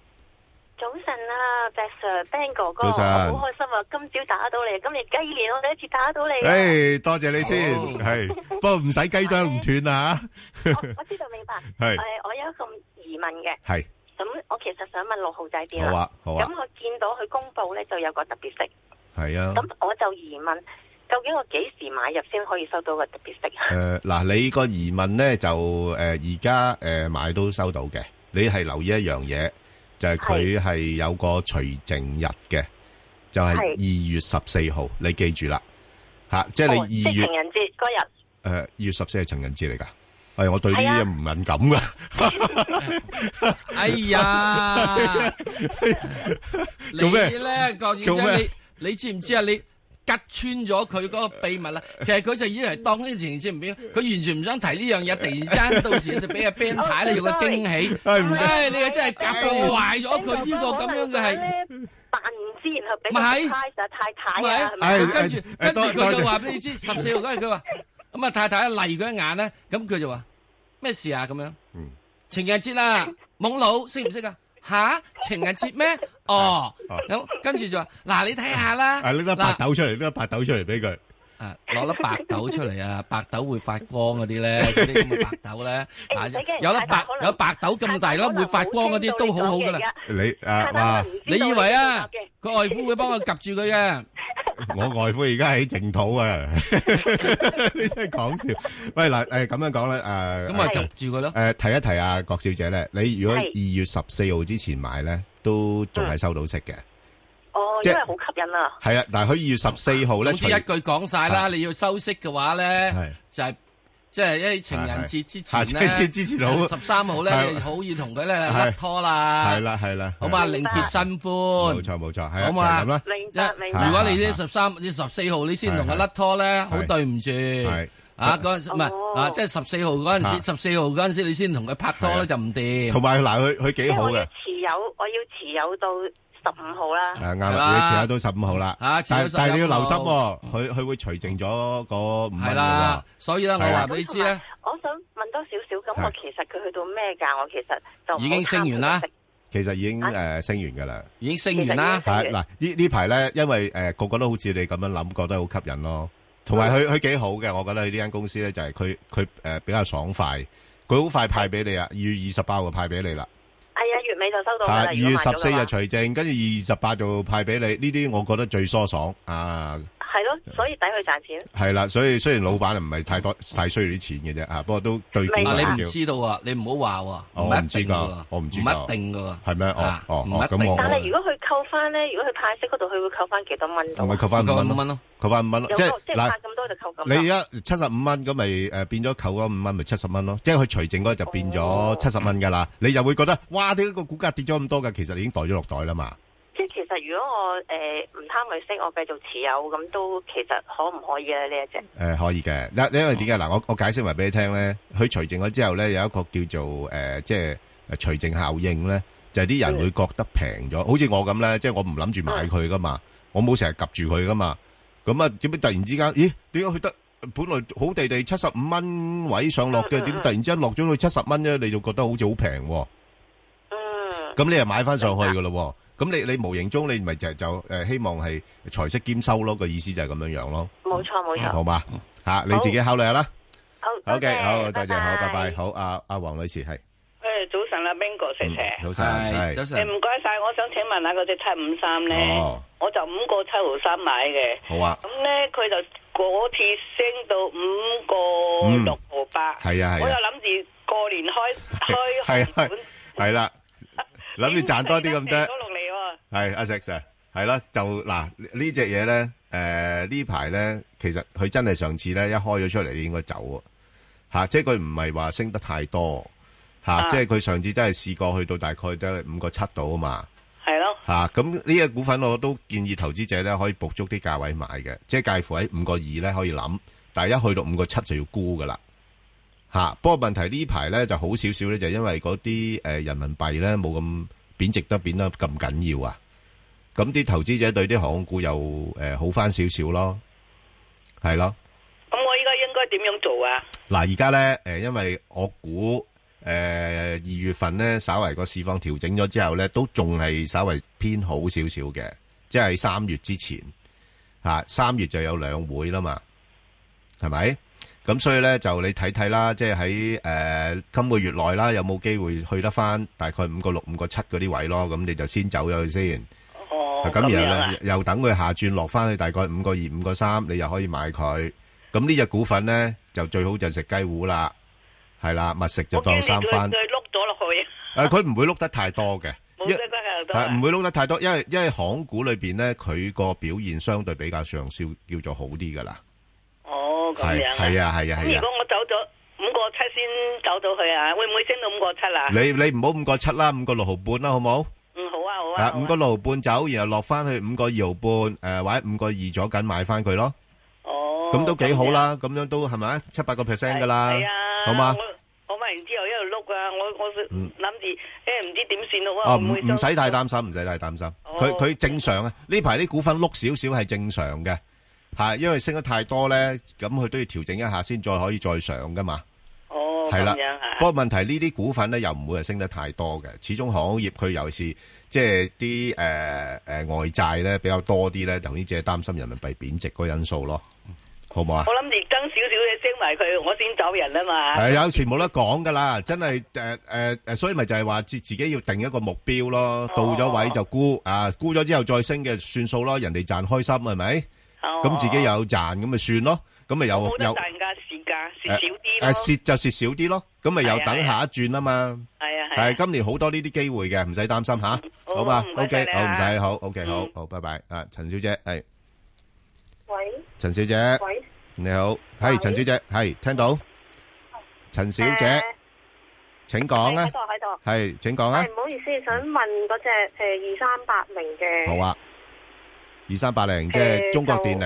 Speaker 3: 早晨啊，Bas Sir、Ben 哥哥，
Speaker 1: 早晨
Speaker 3: 我好開心啊！今朝打到你，今年雞年我第一次打到你啊。
Speaker 1: 诶，多谢你先，
Speaker 2: 好
Speaker 1: 系不过唔使鸡啄唔断啊，
Speaker 3: 我我知道明白。
Speaker 1: 係
Speaker 3: 誒
Speaker 4: Ờ.
Speaker 3: 我有一個疑問嘅，
Speaker 1: 系
Speaker 3: 咁我其實想問六號仔邊
Speaker 4: Dạ.
Speaker 1: 好
Speaker 3: 啦。
Speaker 1: 啊，好啊
Speaker 3: 咁，我見到佢公佈咧就有個特別息，
Speaker 1: 系啊，
Speaker 3: 咁我就疑問，究竟我幾時買入先可以收到個特別息？
Speaker 1: 诶，嗱，你个疑问咧就诶而家诶买都收到嘅，你系留意一样嘢，就系佢系有个除净日嘅，就系二月十四号，你记住啦，吓，即系
Speaker 3: 哦
Speaker 1: 你二月
Speaker 3: 情人節嗰日，
Speaker 1: 诶二月十四系情人节嚟噶，系我对呢啲嘢唔敏感噶。
Speaker 2: 哎呀，
Speaker 1: 做咩
Speaker 2: 你咧，郭小
Speaker 1: 做
Speaker 2: 姐，
Speaker 1: 咩
Speaker 2: 你你知唔知啊？你吉穿咗佢嗰個 秘密啦。其實佢就以為當呢個情人節唔表，佢完全唔想提呢樣嘢。突然間到時就俾阿 Ben 太
Speaker 3: 哦
Speaker 2: 咧有個驚喜。
Speaker 1: 哎唔該
Speaker 2: 唉，你又真係夾破壞咗佢呢個咁樣嘅係。
Speaker 3: 係扮唔知，然後俾
Speaker 2: 咪係
Speaker 3: 佢 surprise 啊太
Speaker 2: 唔
Speaker 3: 太啊，係咪
Speaker 2: 係，
Speaker 1: 係
Speaker 2: 跟住
Speaker 1: 哎
Speaker 2: 跟住
Speaker 1: 多
Speaker 2: 佢
Speaker 1: 多
Speaker 2: 就
Speaker 1: 謝
Speaker 2: 話俾你知，十四號嗰日佢話，咁啊太太嚟佢一眼咧，咁佢就話咩事啊咁樣
Speaker 1: 嗯？
Speaker 2: 情人節啦，懵佬識唔識啊？吓，情人節咩？哦，
Speaker 1: 哦
Speaker 2: 咁跟住就話嗱，你睇下啦，
Speaker 1: 啊！拎粒白
Speaker 2: 嗱
Speaker 1: 豆出嚟，拎粒白豆出嚟俾佢。
Speaker 2: 啊，攞粒白豆出嚟啊！白豆會發光嗰啲咧，嗰啲咁嘅白 豆咧，
Speaker 3: 誒
Speaker 2: 啊
Speaker 3: 唔使驚
Speaker 2: 有粒
Speaker 3: 太太
Speaker 2: 白
Speaker 3: 可能
Speaker 2: 有白豆咁大粒
Speaker 3: 太太可能
Speaker 2: 會發光嗰啲都好好
Speaker 3: 冇
Speaker 2: 噶
Speaker 3: 聽到
Speaker 2: 啦
Speaker 3: 你講嘢。㗎
Speaker 1: 你啊，
Speaker 3: 太太
Speaker 1: 哇
Speaker 3: 可！能唔
Speaker 2: 你
Speaker 3: 知道
Speaker 2: 以為啊
Speaker 3: 你講嘅？
Speaker 2: 佢外父會幫我及住佢嘅？
Speaker 1: 我外父而家喺淨土啊！ 你真係講笑。喂嗱，誒咁樣講咧，誒
Speaker 2: 咁啊
Speaker 1: 誒
Speaker 2: 及住佢咯。
Speaker 1: 誒提一提啊，郭小姐咧，你如果
Speaker 3: 係
Speaker 1: 二月十四號之前買咧，都仲係收到息嘅。
Speaker 3: 哦，
Speaker 1: 即
Speaker 3: 因
Speaker 1: 係
Speaker 3: 為好吸引啊！
Speaker 1: 係啊，但係佢二月十四號咧，
Speaker 2: 總之一句講晒啦，
Speaker 1: 係
Speaker 2: 你要收息嘅話咧
Speaker 1: 係，
Speaker 2: 就係即係一情人節之前
Speaker 1: 係係情人節之前好
Speaker 2: 十三號咧，
Speaker 1: 係
Speaker 2: 你好易同佢咧
Speaker 1: 係
Speaker 2: 甩拖啦，
Speaker 1: 係啦係啦
Speaker 2: 好嘛，
Speaker 1: 係
Speaker 2: 另結新
Speaker 1: 冇
Speaker 2: 歡，
Speaker 1: 錯冇錯，係啊就
Speaker 2: 好
Speaker 1: 係
Speaker 2: 嘛
Speaker 1: 咁啦，，
Speaker 3: 明
Speaker 2: 即係
Speaker 3: 白明白
Speaker 2: 如果你呢十三、呢十四號你先同佢甩拖咧，好對唔住。
Speaker 1: 係
Speaker 2: 啊，嗰陣時唔
Speaker 3: 哦
Speaker 2: 係啊，即係十四號嗰陣時，十四號嗰陣時你先同佢拍拖
Speaker 1: 係啊
Speaker 2: 咧就唔掂。
Speaker 1: 同埋嗱，佢佢
Speaker 3: 即
Speaker 1: 幾
Speaker 3: 係
Speaker 1: 好
Speaker 3: 我要
Speaker 1: 嘅，啊
Speaker 3: 持有，我要持有到十五號啦。
Speaker 1: 誒啱
Speaker 2: 係
Speaker 1: 啦，
Speaker 2: 啦
Speaker 1: 你遲下都十五號啦，
Speaker 2: 啊遲下
Speaker 1: 但
Speaker 2: 15
Speaker 1: 但係你要
Speaker 2: 號
Speaker 1: 留心喎，佢佢會除淨咗嗰五蚊
Speaker 2: 係
Speaker 1: 㗎
Speaker 2: 啦
Speaker 1: 喎，，
Speaker 2: 所以咧我
Speaker 1: 係啊
Speaker 2: 話俾你知咧，
Speaker 3: 我想問多少少，咁
Speaker 1: 係
Speaker 3: 我其實佢去到咩價，我其實就唔好
Speaker 2: 已經升完啦
Speaker 3: 貪佢食
Speaker 1: 其實已經
Speaker 3: 啊
Speaker 1: 誒升完㗎啦。
Speaker 2: 已經升完啦
Speaker 3: 其。
Speaker 1: 係嗱，呢呢排咧，因為誒個個都好似你咁樣諗，覺得好吸引咯。同埋
Speaker 3: 嗯
Speaker 1: 佢佢幾好嘅，我覺得佢呢間公司咧就係佢佢誒比較爽快，佢好快派俾你啊，二月二十八號派俾你啦，
Speaker 3: 哎呀，月尾就收到
Speaker 1: 嚇
Speaker 3: 㗎啦。
Speaker 1: 二
Speaker 3: 如果
Speaker 1: 月
Speaker 3: 買咗
Speaker 1: 十
Speaker 3: 嘅
Speaker 1: 四日
Speaker 3: 話
Speaker 1: 除證，跟住二月十八就派俾你，呢啲我覺得最疏爽啊，
Speaker 3: 係咯，所以抵佢賺錢。
Speaker 1: 係啦，所以雖然老闆唔係太多太需要啲錢嘅啫啊，不過都對股
Speaker 3: 明白
Speaker 2: 啊，
Speaker 1: 係
Speaker 2: 你唔
Speaker 1: 緊要
Speaker 2: 知道啊，你唔好話喎，
Speaker 1: 哦
Speaker 2: 唔
Speaker 1: 我
Speaker 2: 一
Speaker 1: 唔知
Speaker 2: 定
Speaker 1: 㗎
Speaker 2: 㗎
Speaker 1: 我唔知
Speaker 2: 唔
Speaker 1: 㗎
Speaker 2: 一定㗎喎。
Speaker 1: 係咩哦
Speaker 2: 啊
Speaker 1: 哦
Speaker 2: 唔
Speaker 1: 哦
Speaker 2: 一
Speaker 1: 咁
Speaker 2: 定
Speaker 1: 我
Speaker 2: 㗎
Speaker 3: 但係如果佢扣翻咧，如果佢派息嗰度，佢會扣翻幾多蚊到
Speaker 1: 係咪
Speaker 3: 啊？
Speaker 1: 扣翻五蚊
Speaker 2: 扣五蚊
Speaker 1: 咯
Speaker 2: 咯？
Speaker 1: 扣翻五蚊咯，
Speaker 3: 有
Speaker 1: 即係
Speaker 3: 個即啊係
Speaker 1: 嗱
Speaker 3: 派。咁多就扣咁多。
Speaker 1: 你而家七十五蚊咁咪誒變咗扣嗰五蚊咪七十蚊咯，即係佢除淨嗰就變咗
Speaker 3: 哦
Speaker 1: 七十蚊噶啦，你就會覺得哇！呢個股價跌咗咁多嘅，其實已經袋咗落袋啦嘛。
Speaker 3: 即係其實如果我誒唔貪佢升，我繼續持有咁都其實可唔可以咧呢一隻？
Speaker 1: 誒、可以嘅，嗱，因為點解嗱？我我解釋埋俾你聽咧，佢除淨咗之後咧，有一個叫做誒、呃即係誒除淨效應咧，就係、啲人會覺得平咗，好似我咁咧，即係我唔諗住買佢噶嘛，我冇成日及住佢噶嘛，咁啊點解突然之間，咦？點解佢得本來好地地七十五蚊位上落嘅，
Speaker 3: 嗯嗯
Speaker 1: 點突然之間落咗去七十蚊啫？你就覺得好似好平喎。
Speaker 3: 嗯，
Speaker 1: 咁你又買翻上去噶咯喎，咁你你無形中你咪就就誒希望係財色兼收咯，個意思就係咁樣樣咯，
Speaker 3: 冇錯冇錯。
Speaker 1: 好嘛？嚇你自己考慮下啦。
Speaker 3: 好
Speaker 1: OK，好，多
Speaker 3: 多
Speaker 1: 謝，好，拜拜，。好，阿阿黃女士係，
Speaker 4: 誒，早晨啦，Bingo 啊石
Speaker 1: 嗯
Speaker 4: 石。
Speaker 1: 早晨，
Speaker 2: 係
Speaker 1: 係
Speaker 2: 早，
Speaker 4: 誒
Speaker 2: 晨。
Speaker 4: 唔該晒，我想請問下嗰只七五三咧
Speaker 1: 哦，
Speaker 4: 我就五個七毫三買嘅，
Speaker 1: 好啊，
Speaker 4: 咁咧佢就嗰次升到五個六毫八，
Speaker 1: 係啊，
Speaker 4: 我
Speaker 1: 係
Speaker 4: 就
Speaker 1: 啊，
Speaker 4: 諗住過年 開
Speaker 1: 係
Speaker 4: 開
Speaker 1: 啊
Speaker 4: 紅盤，
Speaker 1: 係啦，諗住賺多啲咁多
Speaker 4: 點知突然間跌咗落嚟喎
Speaker 1: 係阿石 Sir，係啦，就嗱呢只嘢咧，誒呢排咧，其實佢真係上次咧一開咗出嚟，你應該走啊，吓，即係佢唔係話升得太多，吓，
Speaker 4: 啊
Speaker 1: 即係佢上次真係試過去到大概都係五個七度啊嘛，
Speaker 4: 係咯，
Speaker 1: 吓，咁呢只股份我都建議投資者咧可以捕捉啲價位買嘅，即係介乎喺五個二咧可以諗，但係一去到五個七就要沽噶啦。吓，不過問題呢排咧就好少少咧，就因為嗰啲誒人民幣咧冇咁貶值得貶得咁緊要啊。咁啲投資者對啲航空股又誒好翻少少咯，係咯。
Speaker 4: 咁我依家應該點樣做啊？
Speaker 1: 嗱，而家咧誒，因為我估誒二月份咧，稍為個市況調整咗之後咧，都仲係稍為偏好少少嘅，即係三月之前嚇，三、月就有兩會啦嘛，係咪？咁所以咧就你睇睇啦，即係喺誒今個月內啦，有冇機會去得翻大概五個六、五個七嗰啲位咯？咁你就先走咗佢先。
Speaker 4: 哦，
Speaker 1: 咁
Speaker 4: 咁樣
Speaker 1: 然後
Speaker 4: 啊
Speaker 1: 咧，又等佢下轉落翻去大概五個二、五個三，你又可以買佢。咁呢只股份咧就最好就食雞糊啦，係啦，物食就
Speaker 4: 我驚
Speaker 1: 當
Speaker 4: 你
Speaker 1: 三
Speaker 4: 佢
Speaker 1: 番。
Speaker 4: 佢碌咗落去，
Speaker 1: 誒，佢唔會碌得太多嘅，
Speaker 4: 冇
Speaker 1: 一
Speaker 4: 得得又得
Speaker 1: 係
Speaker 4: 啊
Speaker 1: 唔會碌得太多，因為因為行股裏邊咧，佢個表現相對比較上少叫做好啲噶啦。
Speaker 4: 哦，咁
Speaker 1: 係
Speaker 4: 樣啊
Speaker 1: 係啊係啊
Speaker 4: 咁
Speaker 1: 係
Speaker 4: 如
Speaker 1: 啊！
Speaker 4: 果我走咗五個七先走到去啊，會唔會升到五個七啊？
Speaker 1: 你你唔好五個七啦，五個六毫半啦，好冇？
Speaker 4: 嗯，好啊，好啊
Speaker 1: 啊，，
Speaker 4: 好啊
Speaker 1: 五個六毫半走，然後落翻去五個二毫半，誒或者五個二咗緊買翻佢咯。
Speaker 4: 哦，
Speaker 1: 咁都幾好
Speaker 4: 樣。
Speaker 1: 啦，咁樣都係咪七八個 percent 噶啦
Speaker 4: 係啊，，
Speaker 1: 好嘛？
Speaker 4: 我我買完之後一路碌啊，我我
Speaker 1: 嗯
Speaker 4: 諗住誒唔知點算
Speaker 1: 哦，
Speaker 4: 好啊，會
Speaker 1: 唔
Speaker 4: 會
Speaker 1: 唔使太
Speaker 4: 收
Speaker 1: 擔心，唔使太擔心。
Speaker 4: 哦
Speaker 1: 佢佢正常啊，呢排啲股份碌少少係正常嘅，係因為升得太多咧，咁佢都要調整一下先，再可以再上噶嘛。
Speaker 4: 哦，
Speaker 1: 係啦
Speaker 4: 咁樣啊
Speaker 1: 不過問題呢啲股份咧又唔會係升得太多嘅，始終航空業佢尤其是即係啲誒誒外債咧比較多啲咧，頭先只係擔心人民幣貶值嗰個因素咯，好唔好啊？
Speaker 4: 我諗住增少少嘢升埋佢，我先走人啊嘛。
Speaker 1: 係有時冇得講噶啦，真係誒誒誒，所以咪就係話自自己要定一個目標咯，到咗位就沽啊，沽咗之後再升嘅算數咯，人哋賺開心係咪？
Speaker 4: 哦
Speaker 1: 咁自己有賺咁咪算咯，咁咪有
Speaker 4: 冇得
Speaker 1: 有
Speaker 4: 賺價市價，
Speaker 1: 誒
Speaker 4: 蝕少
Speaker 1: 誒
Speaker 4: 啲咯。
Speaker 1: 蝕就蝕少啲咯，咁咪又等下一轉啊嘛。
Speaker 4: 係啊
Speaker 1: 係
Speaker 4: 係啊。
Speaker 1: 今年好多呢啲機會嘅，唔使擔心吓，
Speaker 4: 好
Speaker 1: 好嘛
Speaker 4: 唔該
Speaker 1: ？OK，
Speaker 4: 晒你
Speaker 1: 好唔
Speaker 4: 啊
Speaker 1: 使好，OK，好
Speaker 4: 嗯
Speaker 1: 好，拜拜啊，陳小姐係
Speaker 3: 喂
Speaker 1: 陳小姐，
Speaker 3: 喂，
Speaker 1: 你好，係陳小姐係聽到陳小姐，請講啊
Speaker 3: 喺度，喺度。
Speaker 1: 係請講啊
Speaker 3: 係，唔好意思，想問嗰只誒二三八零嘅。
Speaker 1: 好。啊，二三八零即
Speaker 3: 誒
Speaker 1: 係中國
Speaker 3: 就
Speaker 1: 電力，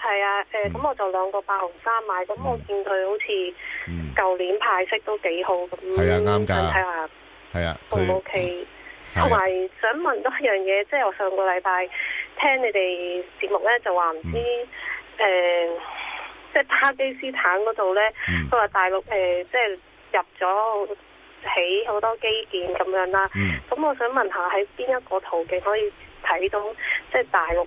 Speaker 3: 係啊，誒
Speaker 1: 嗯
Speaker 3: 咁我就兩個八毫三買，咁我見佢好似
Speaker 1: 嗯，
Speaker 3: 舊年派息都幾好，咁
Speaker 1: 係啊啱㗎
Speaker 3: 想睇下
Speaker 1: 係啊，
Speaker 3: O 唔
Speaker 1: 佢嗯
Speaker 3: OK？
Speaker 1: 係啊
Speaker 3: 同埋想問多一樣嘢，即係我上個禮拜聽你哋節目咧，就話唔知誒、即係巴基斯坦嗰度咧，
Speaker 1: 嗯
Speaker 3: 佢話大陸誒、呃即係入咗起好多基建咁樣啦。
Speaker 1: 嗯
Speaker 3: 咁、我想問下喺邊一個途徑可以睇到即係大陸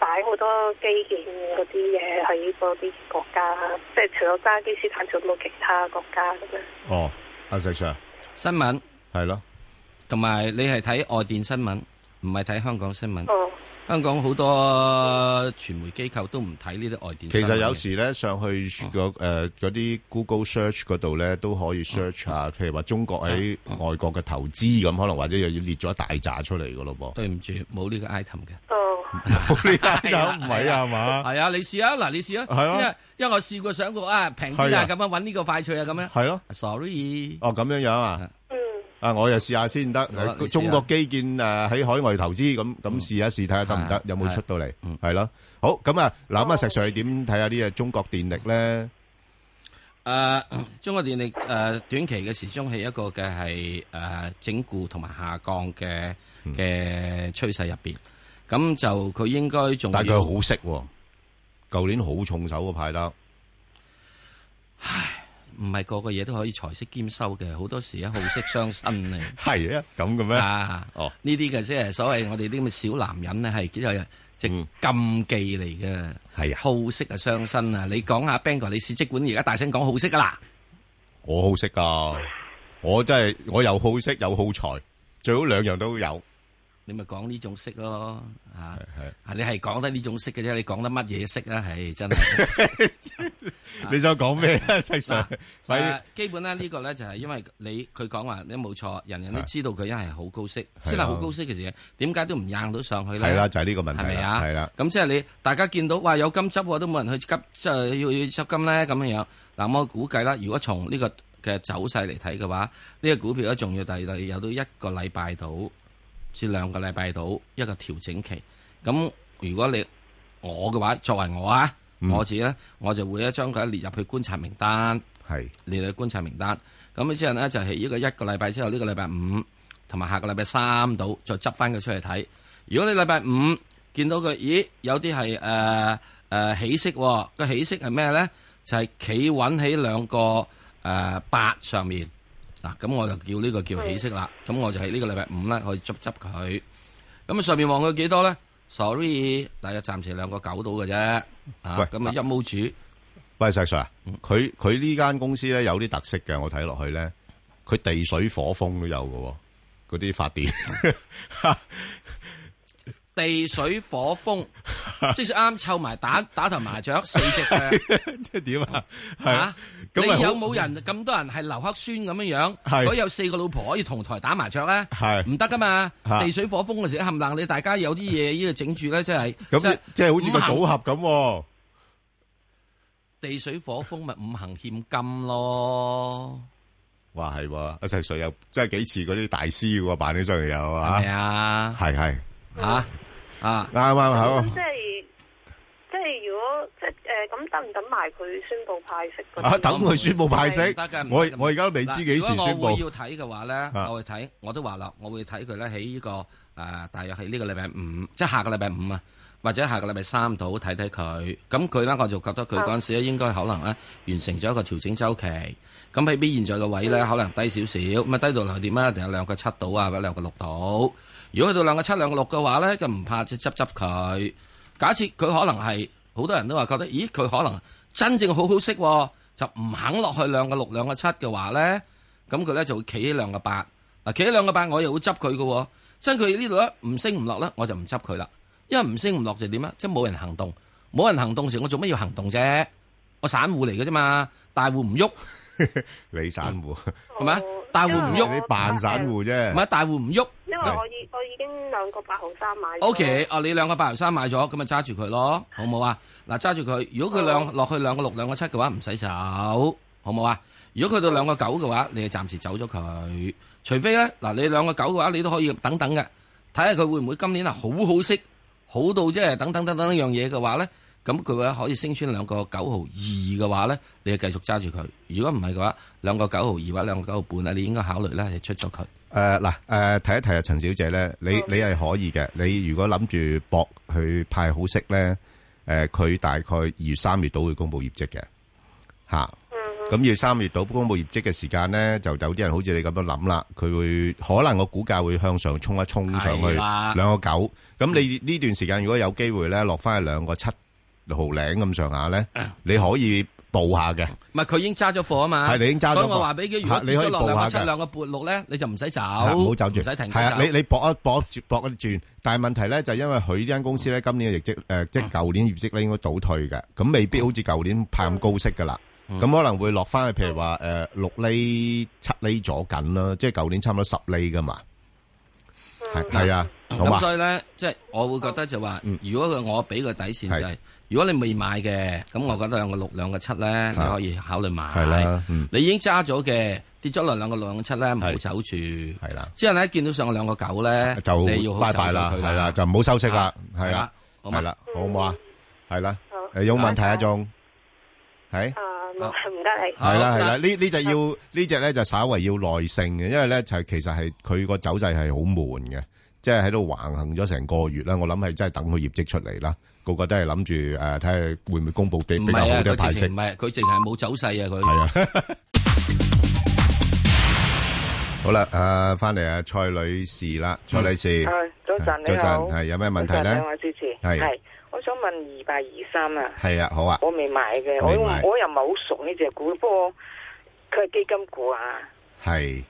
Speaker 3: 擺好多基建嗰啲嘢喺嗰啲國家，即係除咗巴基斯坦，仲有冇其他國家咁樣？
Speaker 1: 哦，阿石 Sir
Speaker 2: 新聞
Speaker 1: 係咯，
Speaker 2: 同埋你係睇外電新聞，唔係睇香港新聞。
Speaker 3: 哦，
Speaker 2: 香港好多傳媒機構都唔睇呢啲外電新聞嘅。
Speaker 1: 其實有時咧上去嗰誒嗰啲 Google Search 嗰度咧都可以 search
Speaker 2: 嗯
Speaker 1: 下，譬如話中國喺外國嘅投資咁，可能或者又要列咗一大扎出嚟噶咯 噃。
Speaker 2: 對唔住，冇呢個 item 嘅。
Speaker 3: 哦，
Speaker 1: 冇 呢單就唔係啊嘛，
Speaker 2: 係啊，你試啊，嗱，你試
Speaker 1: 係啊
Speaker 2: 啊，因為因為我試過想過啊，平啲
Speaker 1: 係
Speaker 2: 啊
Speaker 1: 啊，
Speaker 2: 咁樣揾呢個快脆啊，咁樣。
Speaker 1: 係咯，
Speaker 2: Sorry，
Speaker 1: 哦咁樣樣啊，
Speaker 3: 嗯。
Speaker 1: 啊我又試下先得
Speaker 2: 好啊你，試下
Speaker 1: 中國基建誒喺海外投資咁咁試一試睇下得唔
Speaker 2: 係啊
Speaker 1: 得，有冇出到嚟
Speaker 2: 嗯，
Speaker 1: 係咯，好咁啊，嗱咁啊石 Sir 你點睇下呢個中國電力咧？
Speaker 2: 誒，中國電力誒短期嘅時鐘係一個嘅係誒整固同埋下降嘅嘅趨勢入邊，咁就佢應該仲
Speaker 1: 但係
Speaker 2: 要
Speaker 1: 佢好識喎，舊年好重手個派得，
Speaker 2: 唔係個個嘢都可以財色兼收嘅，好多時咧好色傷身啊！
Speaker 1: 係啊咁嘅 咩？
Speaker 2: 啊，
Speaker 1: 哦
Speaker 2: 呢啲嘅即係所謂我哋啲咁嘅小男人咧，係叫做即
Speaker 1: 嗯
Speaker 2: 禁忌嚟嘅，
Speaker 1: 係啊，
Speaker 2: 好色啊傷身啊！你講下 Bang 哥，你市職管而家大聲講好色噶啦，
Speaker 1: 我好識噶，我真係我又好識又好財，最好兩樣都有，
Speaker 2: 你咪講呢種色咯嚇。啊
Speaker 1: 係
Speaker 2: 啊你係講得呢種色嘅啫，你講得乜嘢色啊？係真 係。
Speaker 1: 你想講咩啊？石 Sir，快啲
Speaker 2: 啊基本咧呢個咧就係因為你佢講話你冇錯，人人都知道佢一係好高息，
Speaker 1: 係啊
Speaker 2: 先係好高息嘅時候，點解都唔硬到上去咧？
Speaker 1: 係啦，就係呢個問
Speaker 2: 係咪
Speaker 1: 題啦，
Speaker 2: 啊？
Speaker 1: 係啦，
Speaker 2: 咁即係你大家見到哇有金執喎，都冇人去急，即係要要執金咧咁樣樣。嗱，我估計啦，如果從呢個嘅走勢嚟睇嘅話，呢、個股票咧仲要第第有到一個禮拜到至兩個禮拜到一個調整期。咁如果你我嘅話，作為我啊，
Speaker 1: 嗯
Speaker 2: 我自己咧，我就會咧將佢列入去觀察名單。
Speaker 1: 係。
Speaker 2: 你哋觀察名單。咁之後呢，就係呢個一個禮拜之後，呢、個禮拜五同埋下個禮拜三到再執翻佢出嚟睇。如果你禮拜五見到佢，咦有啲係誒誒起色喎、個起色係咩呢？就係、企穩喺兩個誒、呃八上面嗱，咁我就叫呢個叫起色啦。咁我就喺呢個禮拜五呢，可以執執佢。咁上面望佢幾多呢 s o r r y 大約暫時兩個九到嘅啫。啊
Speaker 1: 喂
Speaker 2: 咁啊一毛主。
Speaker 1: 喂，石 Sir，啊佢佢呢間公司咧有啲特色嘅，我睇落去咧，佢地水火風都有嘅喎，嗰啲發電
Speaker 2: 地水火 風，即使啱湊埋打打頭麻雀四隻嘅
Speaker 1: 即係點啊？ 係
Speaker 2: 嚇
Speaker 1: 啊，
Speaker 2: 你
Speaker 1: 咁咪好
Speaker 2: 有冇人咁多人係劉克孫咁樣樣？
Speaker 1: 係
Speaker 2: 如果有四個老婆可以同台打麻雀咧，
Speaker 1: 係
Speaker 2: 唔得噶嘛？
Speaker 1: 嚇
Speaker 2: 地水火風嘅時候冚唪唥你大家有啲嘢呢度整住咧，即係
Speaker 1: 咁即係好似個
Speaker 2: 五行
Speaker 1: 組合啊咁喎，
Speaker 2: 地水火風咪五行欠金咯，
Speaker 1: 哇係喎，阿石 Sir 又真係幾似嗰啲大師嘅喎，扮起上嚟又
Speaker 2: 係
Speaker 1: 啊
Speaker 2: 咪，啊？
Speaker 1: 係係
Speaker 2: 嚇啊！
Speaker 1: 啱啱 好
Speaker 3: 咁即係即係如果即係誒咁等唔等埋佢宣布派息嗰啲
Speaker 1: 啊，等佢宣布派息
Speaker 2: 唔得㗎唔，得㗎
Speaker 1: 我
Speaker 2: 唔得㗎
Speaker 1: 我而家都未知幾時
Speaker 2: 嗱如果
Speaker 1: 宣
Speaker 2: 我會
Speaker 1: 布，
Speaker 2: 要睇嘅話咧，
Speaker 1: 啊
Speaker 2: 我會睇，我都話啦，我會睇佢咧喺呢個誒、呃大約喺呢個禮拜五，即係下個禮拜五啊，或者下個禮拜三度睇睇佢。咁佢咧，我就覺得佢
Speaker 1: 啊
Speaker 2: 嗰陣時咧應該可能咧完成咗一個調整周期。咁喺比現在嘅位咧，
Speaker 1: 嗯
Speaker 2: 可能低少少，咁啊低到嚟點啊？定係兩個七度啊，或者兩個六度。如果去到兩個七、兩個六嘅話咧，就唔怕即係執執佢。假設佢可能係好多人都話覺得，咦佢可能真正好好識喎，就唔肯落去兩個六、兩個七嘅話咧，咁佢咧就會企喺兩個八。嗱，企喺兩個八，我又會執佢嘅喎。真佢呢度咧唔升唔落咧，我就唔執佢啦。因為唔升唔落就點啊？即係冇人行動，冇人行動時，我做乜要行動啫？我散戶嚟嘅啫嘛，大戶唔喐，
Speaker 1: 你散戶，
Speaker 2: 係咪啊
Speaker 3: 哦
Speaker 2: 大戶唔
Speaker 3: 因為
Speaker 2: 喐
Speaker 3: 我
Speaker 1: 你扮散戶
Speaker 2: 唔
Speaker 1: 啫，
Speaker 2: 係啊大戶唔喐。
Speaker 3: 因為我已我已經兩個八毫三買咗
Speaker 2: O K，哦，你兩個八毫三買咗，咁咪揸住佢咯，好唔好啊？嗱，揸住佢，如果佢兩落去兩個六、兩個七嘅話，唔使走，好好冇啊？如果佢到兩個九嘅話，你就暫時走咗佢。除非咧，嗱你兩個九嘅話，你都可以等等嘅，睇下佢會唔會今年係好好息，好到即係等等等等一樣嘢嘅話咧，咁佢咧可以升穿兩個九毫二嘅話咧，你就繼續揸住佢。如果唔係嘅話，兩個九毫二或者兩個九毫半啊，你應該考慮咧係出咗佢。
Speaker 1: 诶呃嗱诶，提一提啊，陳小姐咧，你你係可以嘅。你如果諗住搏佢派好息咧，诶、佢大概二月三月度會公布業績嘅吓。
Speaker 2: 嗯
Speaker 1: 咁二月三月度公布業績嘅時間咧，就有啲人好似你咁樣諗啦，佢會可能個股價會向上衝一衝上去
Speaker 2: 係啦
Speaker 1: 兩個九。咁你呢段時間如果有機會咧，落翻去兩個七毫零咁上下咧，
Speaker 2: 嗯
Speaker 1: 你可以報下嘅。
Speaker 2: 唔係佢已經揸咗貨啊嘛，
Speaker 1: 係你已經揸咗貨
Speaker 2: 所以我話俾佢，如
Speaker 1: 嚇
Speaker 2: 果
Speaker 1: 你
Speaker 2: 跌
Speaker 1: 可以
Speaker 2: 咗落兩
Speaker 1: 報
Speaker 2: 個
Speaker 1: 下
Speaker 2: 七
Speaker 1: 㗎
Speaker 2: 兩個半六咧，你就唔使走，
Speaker 1: 唔好走住，
Speaker 2: 唔使停。
Speaker 1: 係啊，你你搏一搏住搏一轉，但係問題咧就係因為佢呢間公司咧今年嘅業績誒、呃即
Speaker 2: 啊
Speaker 1: 係舊年業績咧應該倒退嘅，咁未必好似舊年派咁高息噶啦，
Speaker 2: 嗯
Speaker 1: 咁、可能會落翻去譬如話誒六厘七厘左緊啦，即係舊年差唔多十厘噶嘛，係係啊，好
Speaker 2: 嗯咁
Speaker 1: 嘛，嗯
Speaker 2: 所以咧，即係我會覺得就話，如果佢我俾個底線就係
Speaker 1: 係，
Speaker 2: 如果你未買嘅，咁我覺得兩個六、兩個七咧，你可以考慮買。
Speaker 1: 係啦嗯
Speaker 2: 你已經揸咗嘅，跌咗落兩個六、兩個七咧，唔好走住。
Speaker 1: 係啦，
Speaker 2: 之後咧，見到上個兩個九咧，你要
Speaker 1: 就
Speaker 2: 好
Speaker 1: 拜
Speaker 2: 走咗
Speaker 1: 拜啦，
Speaker 2: 佢
Speaker 1: 係啦，，就唔好收息啦，
Speaker 2: 啊
Speaker 1: 係
Speaker 2: 係
Speaker 1: 啦
Speaker 2: 啦，好嘛
Speaker 1: 係啦，好唔好啊？係啦
Speaker 3: 好，
Speaker 1: 誒有問題啊仲係。
Speaker 3: 啊，冇唔該你。
Speaker 2: 好
Speaker 1: 系啦
Speaker 2: 嗱
Speaker 1: 系啦，呢呢只要呢只咧就稍為要耐性嘅，因為咧就係其實係佢個走勢係好悶嘅，即係喺度橫行咗成個月啦。我諗係真係等佢業績出嚟啦，個個都係諗住诶睇下會唔會公布比
Speaker 2: 唔
Speaker 1: 比較好
Speaker 2: 係啊，
Speaker 1: 嘅
Speaker 2: 佢
Speaker 1: 派
Speaker 2: 直
Speaker 1: 息
Speaker 2: 情唔。係，佢直係冇走勢啊，佢
Speaker 1: 係啊。 好啦，诶翻嚟啊，蔡女士啦，蔡女士，
Speaker 10: 啊早晨
Speaker 1: 早
Speaker 10: 你好
Speaker 1: 晨，係有咩問題
Speaker 10: 早晨
Speaker 1: 咧
Speaker 10: 兩？位主持
Speaker 1: 係
Speaker 10: 係我想問二八二三啊，
Speaker 1: 係啊，好啊，
Speaker 10: 我未買嘅，我
Speaker 1: 未買
Speaker 10: 我又唔係好熟呢只股，不過佢係基金股啊，
Speaker 1: 係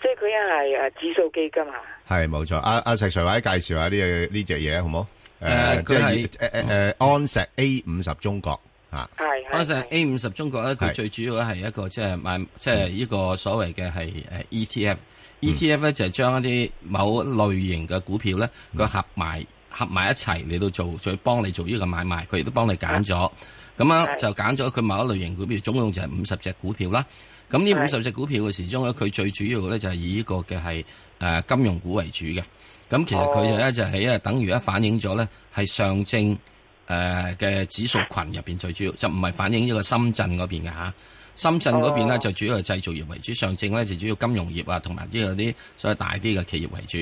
Speaker 10: 即係佢係诶指數基金啊，
Speaker 1: 係冇錯。阿阿石 Sir 或者介紹下呢隻呢只嘢好冇？诶，
Speaker 2: 誒
Speaker 1: 即
Speaker 2: 佢係
Speaker 1: 係诶诶诶，安石 A 五十中國吓。啊
Speaker 10: 係係
Speaker 2: 安石 A 五十中國咧，佢
Speaker 1: 係
Speaker 2: 最主要咧係一個即係買即係呢個所謂嘅係誒，E ETF。ETF 咧就係將一啲某類型嘅股票咧，佢合埋合埋一齊嚟到做，再幫你做呢個買賣，佢亦都幫你揀咗。咁啊
Speaker 10: 係
Speaker 2: 就揀咗佢某一類型股票，總共就係五十隻股票啦。咁呢
Speaker 10: 係
Speaker 2: 五十隻股票嘅時鐘咧，佢最主要咧就係以呢個嘅係誒金融股為主嘅。咁其實佢就
Speaker 10: 哦
Speaker 2: 咧就係因為等於咧反映咗咧係上證誒嘅指數群入邊最主要，就唔係反映呢個深圳嗰邊嘅嚇。深圳嗰邊咧
Speaker 10: 哦
Speaker 2: 就主要係製造業為主，上證咧就主要金融業啊，同埋呢個啲所謂大啲嘅企業為主。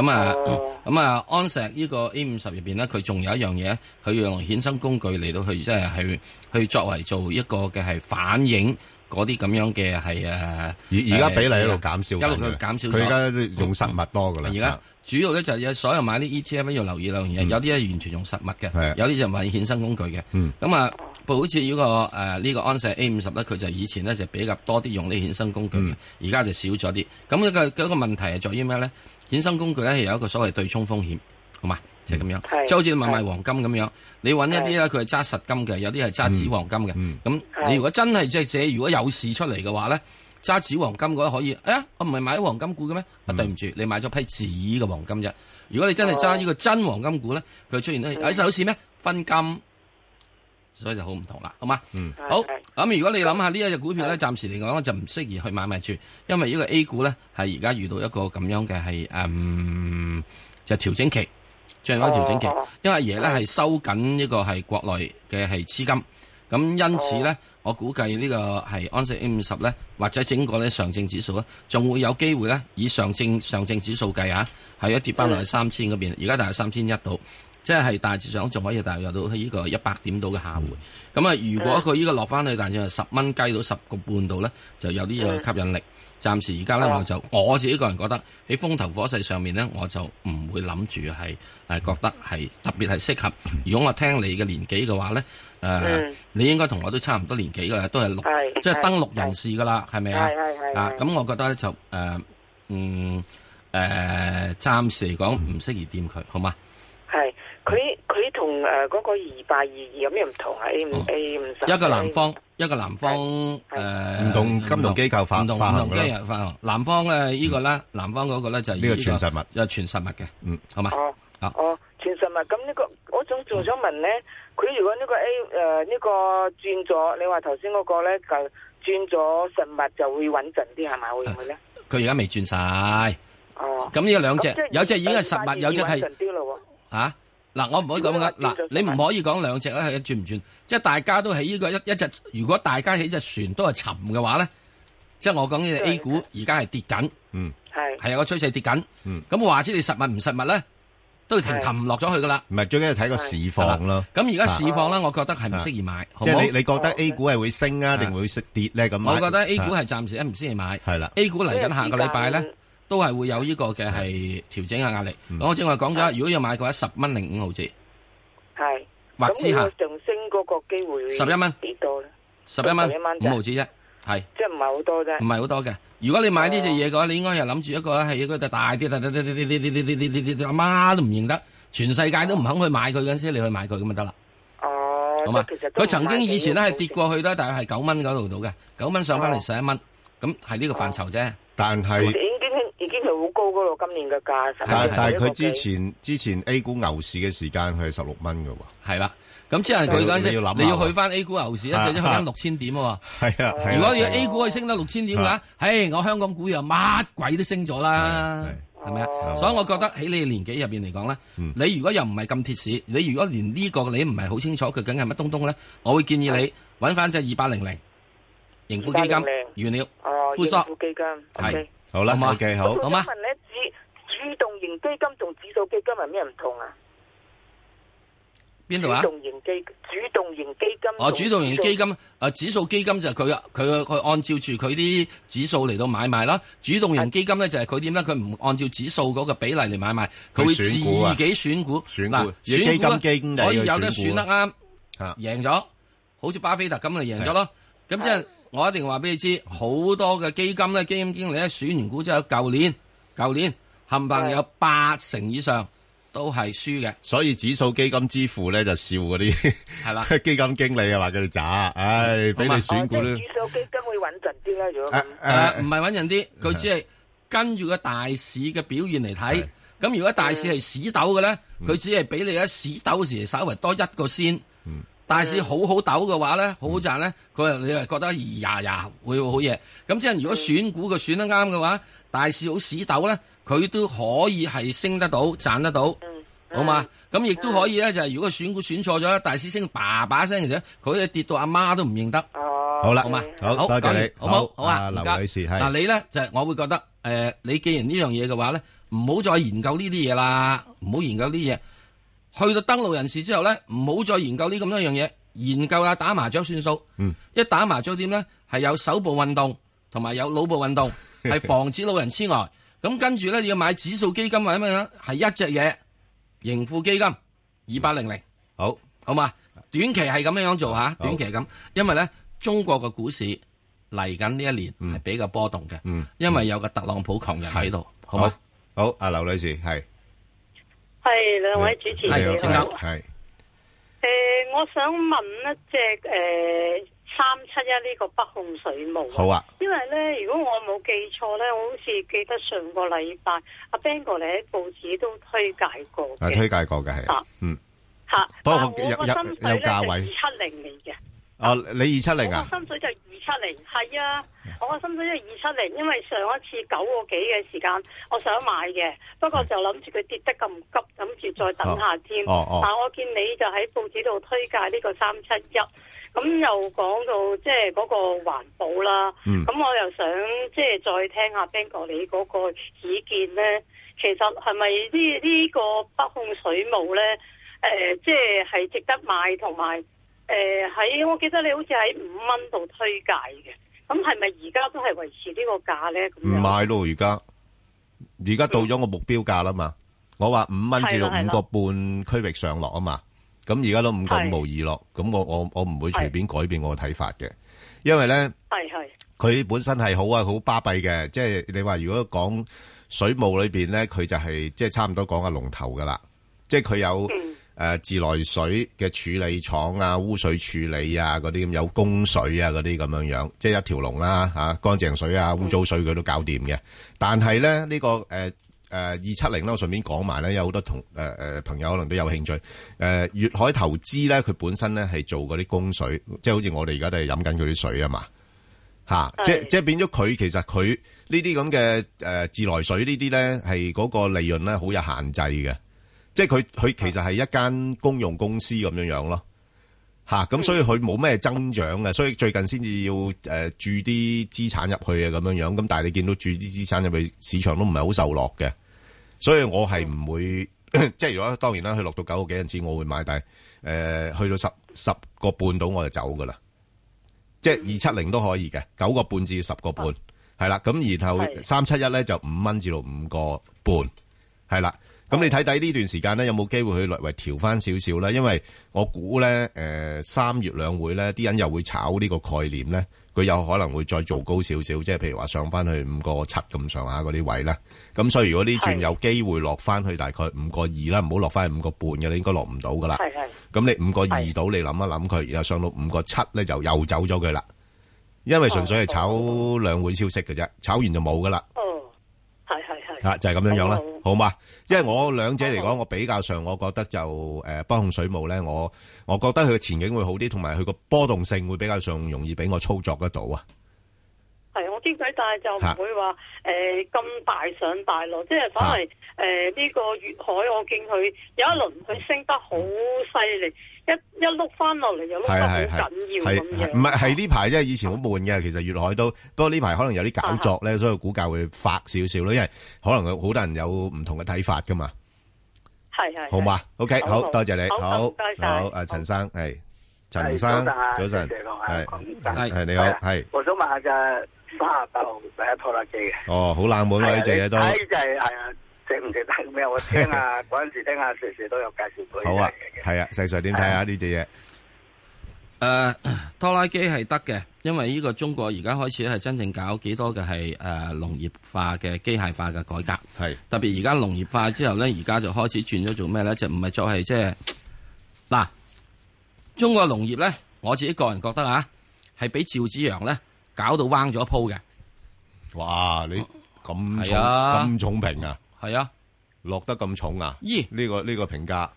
Speaker 2: 咁啊，
Speaker 10: 哦
Speaker 2: 咁啊，安石呢個 A 五十入邊咧，佢仲有一樣嘢，佢要用衍生工具嚟到去即係去去作為做一個嘅係反映嗰啲咁樣嘅係誒。
Speaker 1: 而而家比例一路減少緊嘅，
Speaker 2: 一路佢減少咗
Speaker 1: 佢而家都用實物多噶啦。啊嗯
Speaker 2: 而家主要咧就係有所有買啲 ETF 咧要留意兩樣嘢，有啲咧完全用實物
Speaker 1: 係啊
Speaker 2: 嘅，有啲就買衍生工具嘅。
Speaker 1: 嗯
Speaker 2: 咁啊，好似呢個誒呢個安石 A 五十咧，佢就以前咧就比較多啲用呢衍生工具
Speaker 1: 嗯
Speaker 2: 嘅，而家就少咗啲。咁一個一個問題係在於咩咧？衍生工具咧係有一個所謂對沖風險。好嘛，就係咁樣，
Speaker 10: 係
Speaker 2: 即係好似你買賣黃金咁樣，你揾一啲咧，佢係揸實金嘅，有啲係揸紙黃金嘅。
Speaker 1: 嗯
Speaker 2: 咁你
Speaker 10: 係
Speaker 2: 如果真係即係寫，如果有事出嚟嘅話咧，揸紙黃金嘅話可以，哎呀，我唔係買黃金股嘅咩？啊，對唔住，你買咗批紙嘅黃金啫。如果你真係揸呢個真黃金股咧，佢出現咧，哎，有事咩？分金，所以就好唔同啦，好嘛？
Speaker 1: 嗯
Speaker 2: 好
Speaker 10: 係係
Speaker 2: 咁，如果你諗下呢一隻股票咧，暫時嚟講咧就唔適宜去買賣住，因為呢個 A 股咧係而家遇到一個咁樣嘅係嗯就調整期，進入一個調整期
Speaker 10: 哦哦，
Speaker 2: 因為阿爺咧係收緊呢個係國內嘅係資金，咁因此咧，我估計呢個係安息 A 五十咧，或者整個咧上證指數咧，仲會有機會咧以上證上證指數計啊，係一跌翻落
Speaker 10: 嗯
Speaker 2: 去三千嗰邊，而家大概三千一度。即係大致上仲可以大約到呢個一百點度嘅下回。咁啊，如果佢呢個落翻去大致係十蚊雞到十個半度咧，就有啲嘢吸引力。暫時而家咧，
Speaker 10: 嗯哦
Speaker 2: 我就我自己個人覺得喺風頭火勢上面咧，我就唔會諗住係誒覺得係特別係適合。如果我聽你嘅年紀嘅話咧，誒、
Speaker 10: 嗯
Speaker 2: 你應該同我都差唔多年紀㗎啦，都係六
Speaker 10: 係
Speaker 2: 即係
Speaker 10: 係
Speaker 2: 登錄人士㗎啦，係咪啊
Speaker 10: 係係？係
Speaker 2: 啊
Speaker 10: 係，
Speaker 2: 咁我覺得咧就誒、嗯誒、暫時嚟講唔適宜掂佢，好嘛？
Speaker 10: 係佢佢同诶嗰個二八二二有咩唔同啊？A 五
Speaker 2: 哦
Speaker 10: A 五十
Speaker 2: 一個南方，一個南方誒
Speaker 10: 係
Speaker 1: 唔同金融機構發
Speaker 2: 唔同
Speaker 1: 發行
Speaker 2: 唔
Speaker 1: 㗎
Speaker 2: 同
Speaker 1: 啦嗯
Speaker 2: 機構發行。南方嘅呢個咧，南方嗰個咧就係
Speaker 1: 呢個全實物
Speaker 2: 就係全實物嘅，
Speaker 1: 嗯，
Speaker 2: 好嘛？
Speaker 10: 哦
Speaker 2: 啊
Speaker 10: 哦，全實物咁呢、個，我仲仲呃想問咧，佢如果呢個 A 誒、呢、個轉咗，你話頭先嗰個咧就轉咗實物就會穩陣啲係咪？會唔會咧？
Speaker 2: 佢而家未轉晒。
Speaker 10: 哦，
Speaker 2: 咁呢兩隻
Speaker 10: 咁即係
Speaker 2: 呃有隻已經係實物
Speaker 10: 二
Speaker 2: 有隻係
Speaker 10: 穩陣啲咯
Speaker 2: 啊！嗱，我唔可以咁噶。嗱，你唔可以講兩隻咧，係轉唔轉？即係大家都喺呢個一一隻，如果大家喺只船都係沉嘅話咧，即係我講呢只 A 股而家係跌緊，
Speaker 1: 嗯，
Speaker 10: 係
Speaker 2: 係有個趨勢跌緊。
Speaker 1: 嗯，
Speaker 2: 咁話知你實物唔實物咧，都要停沉落咗去噶啦。
Speaker 1: 唔係最緊要睇個市況咯。
Speaker 2: 咁而家市
Speaker 1: 啊，
Speaker 2: 況咧，我覺得係唔適宜買，好
Speaker 1: 即係
Speaker 2: 冇
Speaker 1: 你你覺得 A 股係會升啊，定會跌咧？咁
Speaker 2: 我覺得 A 股係暫時一唔先嚟買，
Speaker 1: 係啦
Speaker 2: A 股嚟緊下個禮拜咧，都係會有呢個嘅係調整嘅壓力。咁我正話講咗，如果要買嘅話，十蚊零五毫子，
Speaker 10: 係。
Speaker 2: 或
Speaker 10: 咁
Speaker 2: 之下
Speaker 10: 呢個上升嗰個機會
Speaker 2: 11蚊
Speaker 10: 幾多咧？
Speaker 2: 十一蚊
Speaker 10: 11蚊
Speaker 2: 五毫子啫，係
Speaker 10: 即係唔係好多啫
Speaker 2: 唔。係好多嘅？如果你買呢只嘢嘅話，你應該係諗住一個係一個大啲，大啲，大啲，大啲，大啲，大啲，大啲，阿媽都唔認得，全世界都唔肯去買佢嗰陣時，你去買佢咁咪得啦。
Speaker 10: 哦，
Speaker 2: 好嘛？
Speaker 10: 即係其實都
Speaker 2: 佢曾
Speaker 10: 唔係
Speaker 2: 經以前咧
Speaker 10: 幾
Speaker 2: 係跌過去咧，大概係九蚊嗰度度嘅，九蚊上翻嚟十一蚊，咁係呢個範疇啫。
Speaker 1: 但
Speaker 10: 好
Speaker 1: 係
Speaker 10: 已經已經係好高嗰度，今年嘅價實
Speaker 1: 但
Speaker 10: 係
Speaker 1: 但係
Speaker 10: 一個
Speaker 1: 佢之前之前 A 股牛市嘅時間佢係十六蚊噶喎。
Speaker 2: 係啦，咁即係佢嗰陣時，
Speaker 1: 你要諗下
Speaker 2: 你要去翻 A 股牛市一
Speaker 1: 啊
Speaker 2: 陣，去翻六千點喎。
Speaker 1: 係啊，係啊
Speaker 2: 如果
Speaker 1: 係
Speaker 2: 要
Speaker 1: 啊
Speaker 2: A 股係升得六千點嘅話
Speaker 1: 啊，
Speaker 2: 唉，我香港股又乜鬼都升咗啦，係咪啊？
Speaker 1: 哦
Speaker 2: 所以我覺得喺你年紀入邊嚟講咧，
Speaker 1: 嗯
Speaker 2: 你如果又唔係咁鐵市，你如果連呢個你唔係好清楚佢梗係乜東東咧，我會建議你揾翻隻二八零零盈富基金
Speaker 10: 2800
Speaker 2: 原料
Speaker 10: 哦，
Speaker 2: 富
Speaker 10: 盈
Speaker 2: 索
Speaker 10: 富基金
Speaker 2: 係
Speaker 10: OK。
Speaker 1: 好啦
Speaker 2: 好嘛
Speaker 1: ，OK 好
Speaker 10: 咁。
Speaker 2: 好
Speaker 10: 我
Speaker 2: 嘛
Speaker 10: 想問咧，指主動型基金同指數基金係咩唔同啊？
Speaker 2: 邊
Speaker 10: 主
Speaker 2: 度啊？
Speaker 10: 動型基主動型基金，
Speaker 2: 我哦主動型基金，誒指數基金就係佢佢佢按照住佢啲指數嚟到買賣啦。主動型基金咧就係佢點咧？佢唔按照指數嗰個比例嚟買賣，佢會
Speaker 1: 佢
Speaker 2: 自
Speaker 1: 選股啊
Speaker 2: 己選股。
Speaker 1: 選股
Speaker 2: 嗱，
Speaker 1: 以
Speaker 2: 選股
Speaker 1: 基金經理
Speaker 2: 咧可以
Speaker 1: 去
Speaker 2: 有得
Speaker 1: 選
Speaker 2: 選
Speaker 1: 股
Speaker 2: 得
Speaker 1: 啊
Speaker 2: 啱，
Speaker 1: 啊
Speaker 2: 贏咗，好似巴菲特咁就贏咗咯。咁即係我一定話俾你知，好多嘅基金咧，基金經理咧選完股之後，舊年舊年冚唪唥有八成以上都係輸嘅，
Speaker 1: 所以指數基金之父咧就笑嗰啲
Speaker 2: 係啦。
Speaker 1: 基金經理啊，話佢哋渣，唉，俾你選股
Speaker 10: 哦
Speaker 1: 咧
Speaker 10: 即係。指數基金會穩陣啲啦，如果
Speaker 1: 誒
Speaker 2: 誒，
Speaker 10: 咁。
Speaker 1: 誒
Speaker 2: 啊唔係揾人啲，佢只係跟住個大市嘅表現嚟睇。咁如果大市係屎斗嘅咧，佢只係俾你喺屎斗時稍微多一個先。大市好好斗嘅話咧，好好賺咧，佢話你係覺得咦呀呀會好嘢。咁即係如果選股佢選得啱嘅話，大市好屎斗咧，佢都可以係升得到、賺得到，好嘛？咁亦都可以咧，就係如果選股選錯咗，大市升叭叭聲嘅時候，佢跌到阿媽都唔認得。
Speaker 10: 哦，
Speaker 1: 好啦，
Speaker 2: 好嘛，
Speaker 1: 好多謝你，
Speaker 2: 講完好冇好啊，
Speaker 1: 劉
Speaker 2: 唔該
Speaker 1: 女士係
Speaker 2: 嗱，你咧就係我會覺得誒，你既然呢樣嘢嘅話咧，唔好再研究呢啲嘢啦，唔好研究呢啲嘢。去到登陸人士之後咧，唔好再研究呢咁多樣嘢，研究下打麻雀算數。
Speaker 1: 嗯，
Speaker 2: 一打麻雀點咧係有手部運動同埋有腦部運動，係防止老人痴呆。咁跟住咧你要買指數基金或者咩咧，係一隻嘢盈富基金二八零零。
Speaker 1: 好，
Speaker 2: 好嘛？短期係咁樣樣做吓，短期係咁，因為咧中國嘅股市嚟緊呢一年係比較波動嘅，
Speaker 1: 嗯
Speaker 2: 因為有個特朗普狂人喺度，好
Speaker 1: 好
Speaker 2: 嘛？，
Speaker 1: 好，阿劉女士係，
Speaker 4: 係兩位主持
Speaker 1: 你好
Speaker 4: 人
Speaker 2: 係
Speaker 4: 你
Speaker 2: 請
Speaker 4: 好
Speaker 2: 講。
Speaker 1: 係啊
Speaker 4: 誒、呃我想問一隻誒三七一呢個北控水務。
Speaker 1: 好啊，
Speaker 4: 因為咧，如果我冇記錯咧，我好似記得上個禮拜阿 Bang 哥你喺報紙都推介過
Speaker 1: 啊
Speaker 4: 嘅。
Speaker 1: 推介過嘅係
Speaker 4: 啊，
Speaker 1: 嗯，
Speaker 4: 嚇
Speaker 1: 不過
Speaker 4: 但
Speaker 1: 有
Speaker 4: 我個
Speaker 1: 有
Speaker 4: 心水
Speaker 1: 有價位
Speaker 4: 咧就二七零嚟嘅。
Speaker 1: 哦，你二七零啊
Speaker 4: 我，個心水就二七零，係啊，我個心水就二七零，因為上一次九個幾嘅時間，我想買嘅，不過就諗住佢跌得咁急，諗住再等下添。
Speaker 1: 哦哦哦
Speaker 4: 但我見你就喺報紙度推介呢個三七一，咁又講到即係嗰個環保啦，
Speaker 1: 嗯
Speaker 4: 咁、我又想即係再聽下 Ben 哥你嗰個意見呢。其實係咪呢呢個北控水務呢？誒、即係係值得買同埋。誒喺、我記得你好似喺五蚊度推介嘅，咁係咪而家都係維持呢個價咧？咁
Speaker 1: 唔
Speaker 4: 樣
Speaker 1: 買咯，而家而家到咗我目標價啦嘛，我話五蚊至到
Speaker 4: 係
Speaker 1: 五
Speaker 4: 啦
Speaker 1: 個半區域上落啊嘛，咁而家都五個五
Speaker 4: 係
Speaker 1: 毫二落，咁我我我唔會隨便改變我嘅睇法嘅，因為咧。
Speaker 4: 係係
Speaker 1: 佢本身係好啊，好巴閉嘅，即係你話如果講水務裏邊咧，佢就係、即係差唔多講嘅龍頭噶啦，即係佢有誒、呃自來水嘅處理廠啊、污水處理啊嗰啲咁，有供水啊嗰啲咁樣樣，即係一條龍啦嚇，乾淨水啊、污糟水佢都搞掂嘅。但係咧呢、呢個誒誒二七零咧，我順便講埋咧，有好多同誒誒、呃朋友可能都有興趣。誒、粵海投資咧，佢本身咧係做嗰啲供水，即係好似我哋而家都係飲緊佢啲水啊嘛。吓，即係即係變咗佢其實佢呢啲咁嘅诶自來水呢啲咧，係嗰個利潤咧好有限制嘅，即係佢佢其實係一間公用公司咁樣樣咯。吓，咁所以佢冇咩增長嘅，所以最近先至要诶注啲資產入去啊咁樣樣。咁但係你見到注啲資產入去市場都唔係好受落嘅，所以我係唔會 即係如果當然啦，佢落到九個幾陣時，我會買，但係诶呃去到十十個半到我就走噶啦。即係二七零都可以嘅，九個半至十個半，係啦。咁然後
Speaker 11: 係
Speaker 1: 三七一咧就五蚊至到五個半，係啦。咁你睇睇呢段時間咧，有冇機會去略為調翻少少咧？因為我估咧，誒、三月兩會咧，啲人又會炒呢個概念咧，佢有可能會再做高少少，即係譬如話上翻去五個七咁上下嗰啲位啦。咁所以如果呢轉有機會落翻去大概五個二啦，唔好落翻去五個半嘅，你應該落唔到噶啦。
Speaker 10: 係係
Speaker 1: 咁你五個二到你諗一諗佢，然後上到五個七咧就又走咗佢啦，因為
Speaker 12: 哦
Speaker 1: 純粹係炒兩會消息嘅啫，炒完就冇噶啦，
Speaker 10: 哦，係係係。
Speaker 12: 哦
Speaker 1: 嚇就係咁樣樣啦，好嘛？因為我兩者嚟講，我比較上我覺得就誒、呃北控水務咧，我我覺得佢嘅前景會好啲，同埋佢個波動性會比較上容易俾我操作得到啊。
Speaker 12: 係，我知佢，但係就唔會話誒咁大上大落，即係反為誒呢個粵海，我見佢有一輪佢升得好犀利，一一碌翻落嚟又碌得好
Speaker 1: 係係
Speaker 12: 緊
Speaker 1: 係
Speaker 12: 要啊
Speaker 1: 係
Speaker 12: 咁樣。
Speaker 1: 唔係係呢排，因為以前好悶嘅，其實粵海都，不過呢排可能有啲搞作咧，所以股價會發少少咯，因為可能有好多人有唔同嘅睇法噶嘛。
Speaker 12: 係係
Speaker 1: 好嘛？OK，好，多謝你，好，
Speaker 12: 唔該晒
Speaker 1: 好，阿陳生，係陳
Speaker 13: 係
Speaker 1: 生，
Speaker 13: 早晨
Speaker 1: 早
Speaker 13: 啊謝
Speaker 1: 晨
Speaker 13: 謝各，位
Speaker 1: 係係你好，係，
Speaker 13: 啊我想問下就三十八號第一拖拉機嘅，
Speaker 1: 哦，好冷門喎，呢只嘢都，
Speaker 13: 係啊你睇就係係啊，值唔值得咩？我聽啊嗰陣時聽啊，時時都有介紹佢。
Speaker 1: 好啊，係啊，細 Sir 點睇下呢只嘢？
Speaker 2: 誒、拖呃拉機係得嘅，因為呢個中國而家開始係真正搞幾多嘅係誒農業化嘅機械化嘅改革。
Speaker 1: 係
Speaker 2: 特別而家農業化之後咧，而家就開始轉咗做咩咧？就唔係再係即係嗱，中國農業咧，我自己個人覺得啊，係俾趙紫陽咧搞到彎咗一鋪嘅。
Speaker 1: 哇！你咁重
Speaker 2: 係啊
Speaker 1: 咁重評啊？
Speaker 2: 係啊，
Speaker 1: 落得咁重啊？
Speaker 2: 咦？
Speaker 1: 呢個呢個評價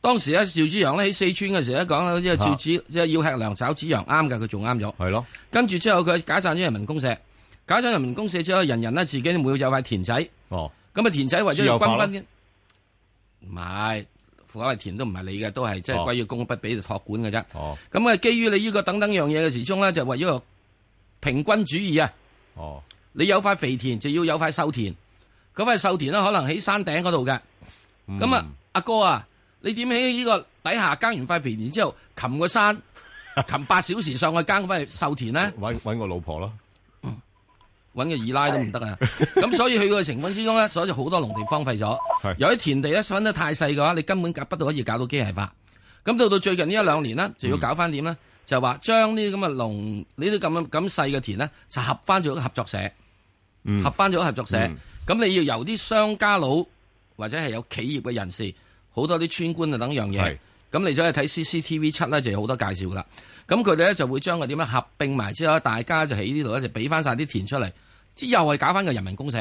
Speaker 2: 當時咧，啊趙紫陽咧喺四川嘅時候咧講咧，即係
Speaker 14: 啊
Speaker 2: 趙紫即係要吃糧找紫陽啱㗎，佢仲啱咗。
Speaker 1: 係咯。
Speaker 2: 跟住之後，佢解散咗人民公社，解散人民公社之後，人人咧自己每有塊田仔。
Speaker 1: 哦。
Speaker 2: 咁啊，田仔為咗
Speaker 14: 私
Speaker 2: 要
Speaker 14: 有
Speaker 2: 均
Speaker 14: 化
Speaker 2: 分嘅，唔係父海田都唔係你嘅，都係即係
Speaker 14: 哦
Speaker 2: 歸於公不俾就託管嘅啫。
Speaker 1: 哦。
Speaker 2: 咁啊，基於你呢個等等樣嘢嘅時鐘咧，就為咗個平均主義啊。
Speaker 1: 哦。
Speaker 2: 你有塊肥田就要有塊瘦田，嗰塊瘦田咧可能喺山頂嗰度嘅。
Speaker 1: 嗯
Speaker 2: 咁啊，阿哥啊，你點喺呢個底下耕完塊肥田之後，擒個山，擒八小時上去耕翻瘦田咧？
Speaker 1: 揾揾個老婆咯，
Speaker 2: 揾個二奶都唔得啊！ 咁所以佢個成分之中咧，所以好多農地荒廢咗。有啲田地咧分得太細嘅話，你根本搞不到可以搞到機械化。咁到到最近呢一兩年呢，就要搞翻點咧？就話將呢啲咁嘅農呢啲咁咁細嘅田咧，就合翻做一個合作社。合翻咗合作社，咁、
Speaker 14: 嗯
Speaker 2: 你要由啲商家佬或者係有企業嘅人士，好多啲村官啊等樣嘢，咁你走去睇 CCTV 七咧就有好多介紹噶啦。咁佢哋咧就會將佢點樣合並埋之後，大家就喺呢度咧就俾翻晒啲田出嚟，之後係搞翻個人民公社。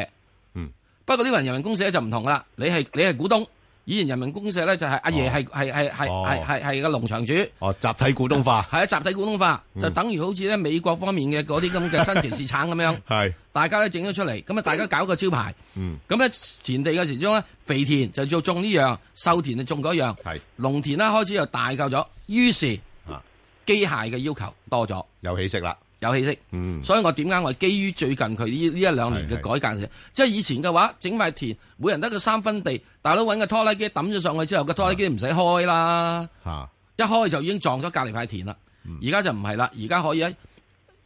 Speaker 1: 嗯，
Speaker 2: 不過呢個人民公社就唔同啦，你係你係股東，以前人民公社咧就係阿爺係係係係係係係個農場主。
Speaker 1: 哦，集體股東化，
Speaker 2: 係啊，集體股東化
Speaker 1: 嗯
Speaker 2: 就等於好似咧美國方面嘅嗰啲咁嘅新田市 產咁樣，
Speaker 1: 係，
Speaker 2: 大家都整咗出嚟，咁啊大家搞個招牌，
Speaker 1: 嗯，
Speaker 2: 咁咧田地嘅時鐘咧肥田就做種呢樣，瘦田就種嗰樣，
Speaker 1: 係，
Speaker 2: 農田咧開始又大夠咗，於是
Speaker 1: 啊
Speaker 2: 機械嘅要求多咗，
Speaker 1: 有起色啦，
Speaker 2: 有起色，
Speaker 1: 嗯，
Speaker 2: 所以我點解我係基於最近佢呢呢一兩年嘅改革嘅，即係以前嘅話整塊田每人得個三分地，大佬揾個拖拉機抌咗上去之後，個拖拉機唔使開啦。
Speaker 1: 嚇，
Speaker 2: 一開就已經撞咗隔離塊田啦。
Speaker 1: 嗯
Speaker 2: 而家就唔係啦，而家可以喺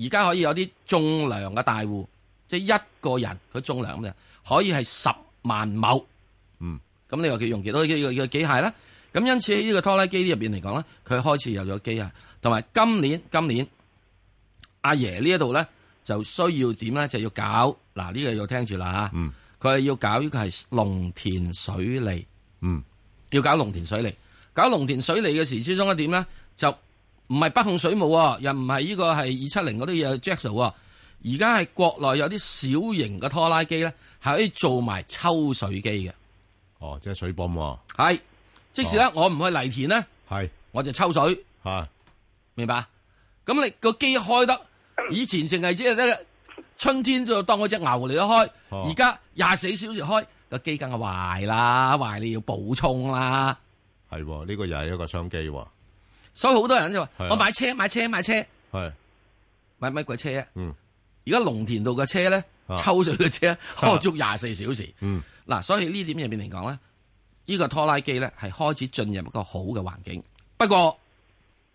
Speaker 2: 而家可以有啲種糧嘅大户，即係一個人佢種糧嘅，可以係十萬畝。
Speaker 1: 嗯，
Speaker 2: 咁你話佢用幾多呢個呢個機械咧？咁因此喺呢個拖拉機入邊嚟講咧，佢開始有咗機械，同埋今年今年阿爺呢一度咧就需要點咧，就要搞嗱呢、個要聽住啦嚇。
Speaker 1: 嗯，
Speaker 2: 佢係要搞呢個係農田水利。
Speaker 1: 嗯，
Speaker 2: 要搞農田水利，搞農田水利嘅時之中一點咧，就唔係北控水務喎，又唔係呢個係二七零嗰啲嘢 j a x o 喎。而家係國內有啲小型嘅拖拉機咧，係可以做埋抽水機嘅。
Speaker 1: 哦，即係水泵喎，
Speaker 2: 係，即使咧、我唔去泥田咧，
Speaker 1: 係
Speaker 2: 我就抽水，
Speaker 1: 嚇，
Speaker 2: 明白？咁你個機開得以前淨係只係得春天就當嗰只牛嚟得開，而家廿四小時開個機梗係壞啦，壞你要補充啦。
Speaker 1: 係喎，呢個又係一個商機喎。
Speaker 2: 所以好多人就話：
Speaker 1: 係啊
Speaker 2: 我買車買車買車，
Speaker 1: 係
Speaker 2: 買乜鬼車啊？
Speaker 1: 嗯
Speaker 2: 而家農田度嘅車咧
Speaker 1: 啊，
Speaker 2: 抽水嘅車開足廿四小時。
Speaker 1: 嗯
Speaker 2: 嗱，所以呢點入面嚟講咧，呢個拖拉機咧係開始進入一個好嘅環境。不過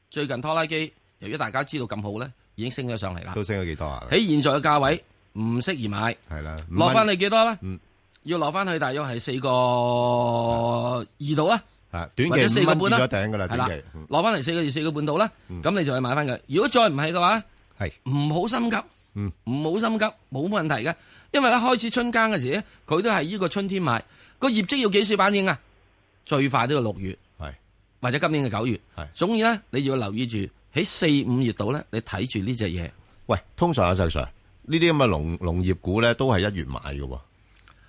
Speaker 2: 最近拖拉機由於大家知道咁好咧，已經升咗上嚟啦
Speaker 1: 都。升咗幾多啊？
Speaker 2: 喺現在嘅價位唔適宜買，
Speaker 1: 係啦，
Speaker 2: 落翻
Speaker 1: 嚟
Speaker 2: 嚟幾多咧？
Speaker 1: 嗯
Speaker 2: 要落翻去大約係四個二度啦，
Speaker 1: 啊，短
Speaker 2: 或者
Speaker 1: 期
Speaker 2: 四
Speaker 1: 五
Speaker 2: 個
Speaker 1: 蚊
Speaker 2: 半
Speaker 1: 跌
Speaker 2: 啦，
Speaker 1: 咗頂噶啦，
Speaker 2: 係
Speaker 1: 短期嗯
Speaker 2: 落翻嚟四個二四個半度啦，咁你就去買翻佢。如果再唔係嘅話，
Speaker 1: 係
Speaker 2: 唔好心急，
Speaker 1: 嗯
Speaker 2: 唔好心急，冇問題嘅，因為咧開始春耕嘅時咧，佢都係呢個春天買，個業績要幾時反映啊？最快都要六月，
Speaker 1: 係
Speaker 2: 或者今年嘅九月，
Speaker 1: 係。
Speaker 2: 總之咧，你要留意住喺四五月度咧，你睇住呢只嘢。
Speaker 1: 喂，通常啊，石 Sir 呢啲咁嘅農農業股咧，都係一月買嘅喎，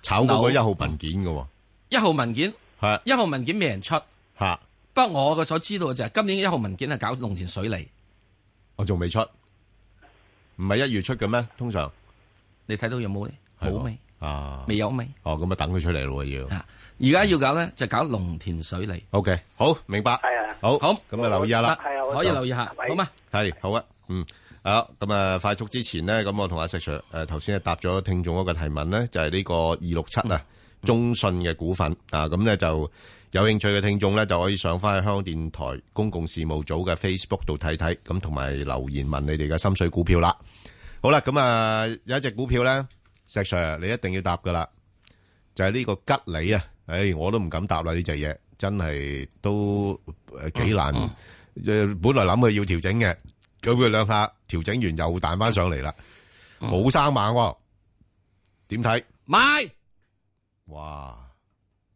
Speaker 1: 炒過嗰
Speaker 2: 樓
Speaker 1: 一號文件嘅喎，
Speaker 2: 一號文件，
Speaker 1: 係
Speaker 2: 一號文件未人出，
Speaker 1: 嚇，
Speaker 2: 不過我嘅所知道嘅就係今年一號文件係搞農田水利，
Speaker 1: 我仲未出，唔係一月出嘅咩？通常
Speaker 2: 你睇到有冇咧？
Speaker 1: 係喎
Speaker 2: 冇未？
Speaker 1: 啊，
Speaker 2: 未有未？
Speaker 1: 哦，咁啊，等佢出嚟咯要。
Speaker 2: 而家要搞咧就搞農田水利，
Speaker 1: O K，好明白。
Speaker 2: 係啊
Speaker 1: 好，
Speaker 2: 好
Speaker 1: 咁啊，留意下啦。
Speaker 2: 係啊我可以留意下喂好嗎？
Speaker 1: 係好啊，嗯。好，咁啊，快速之前呢，咁我同阿石 Sir 誒頭先係答咗聽眾嗰個提問呢，就係呢個二六七啊，中信嘅股份啊，咁呢就有興趣嘅聽眾呢，就可以上翻去香港電台公共事務組嘅 Facebook 度睇睇，咁同埋留言問你哋嘅心水股票啦。好啦，咁啊有一隻股票呢，石 Sir 你一定要答噶啦，就係呢個吉利啊！唉、我都唔敢答啦呢只嘢，真係都誒幾難。誒、本來諗佢要調整嘅，咁佢兩下調整完又彈翻上嚟啦，
Speaker 2: 嗯
Speaker 1: 冇生猛喎、點睇？
Speaker 2: 買。
Speaker 1: 哇！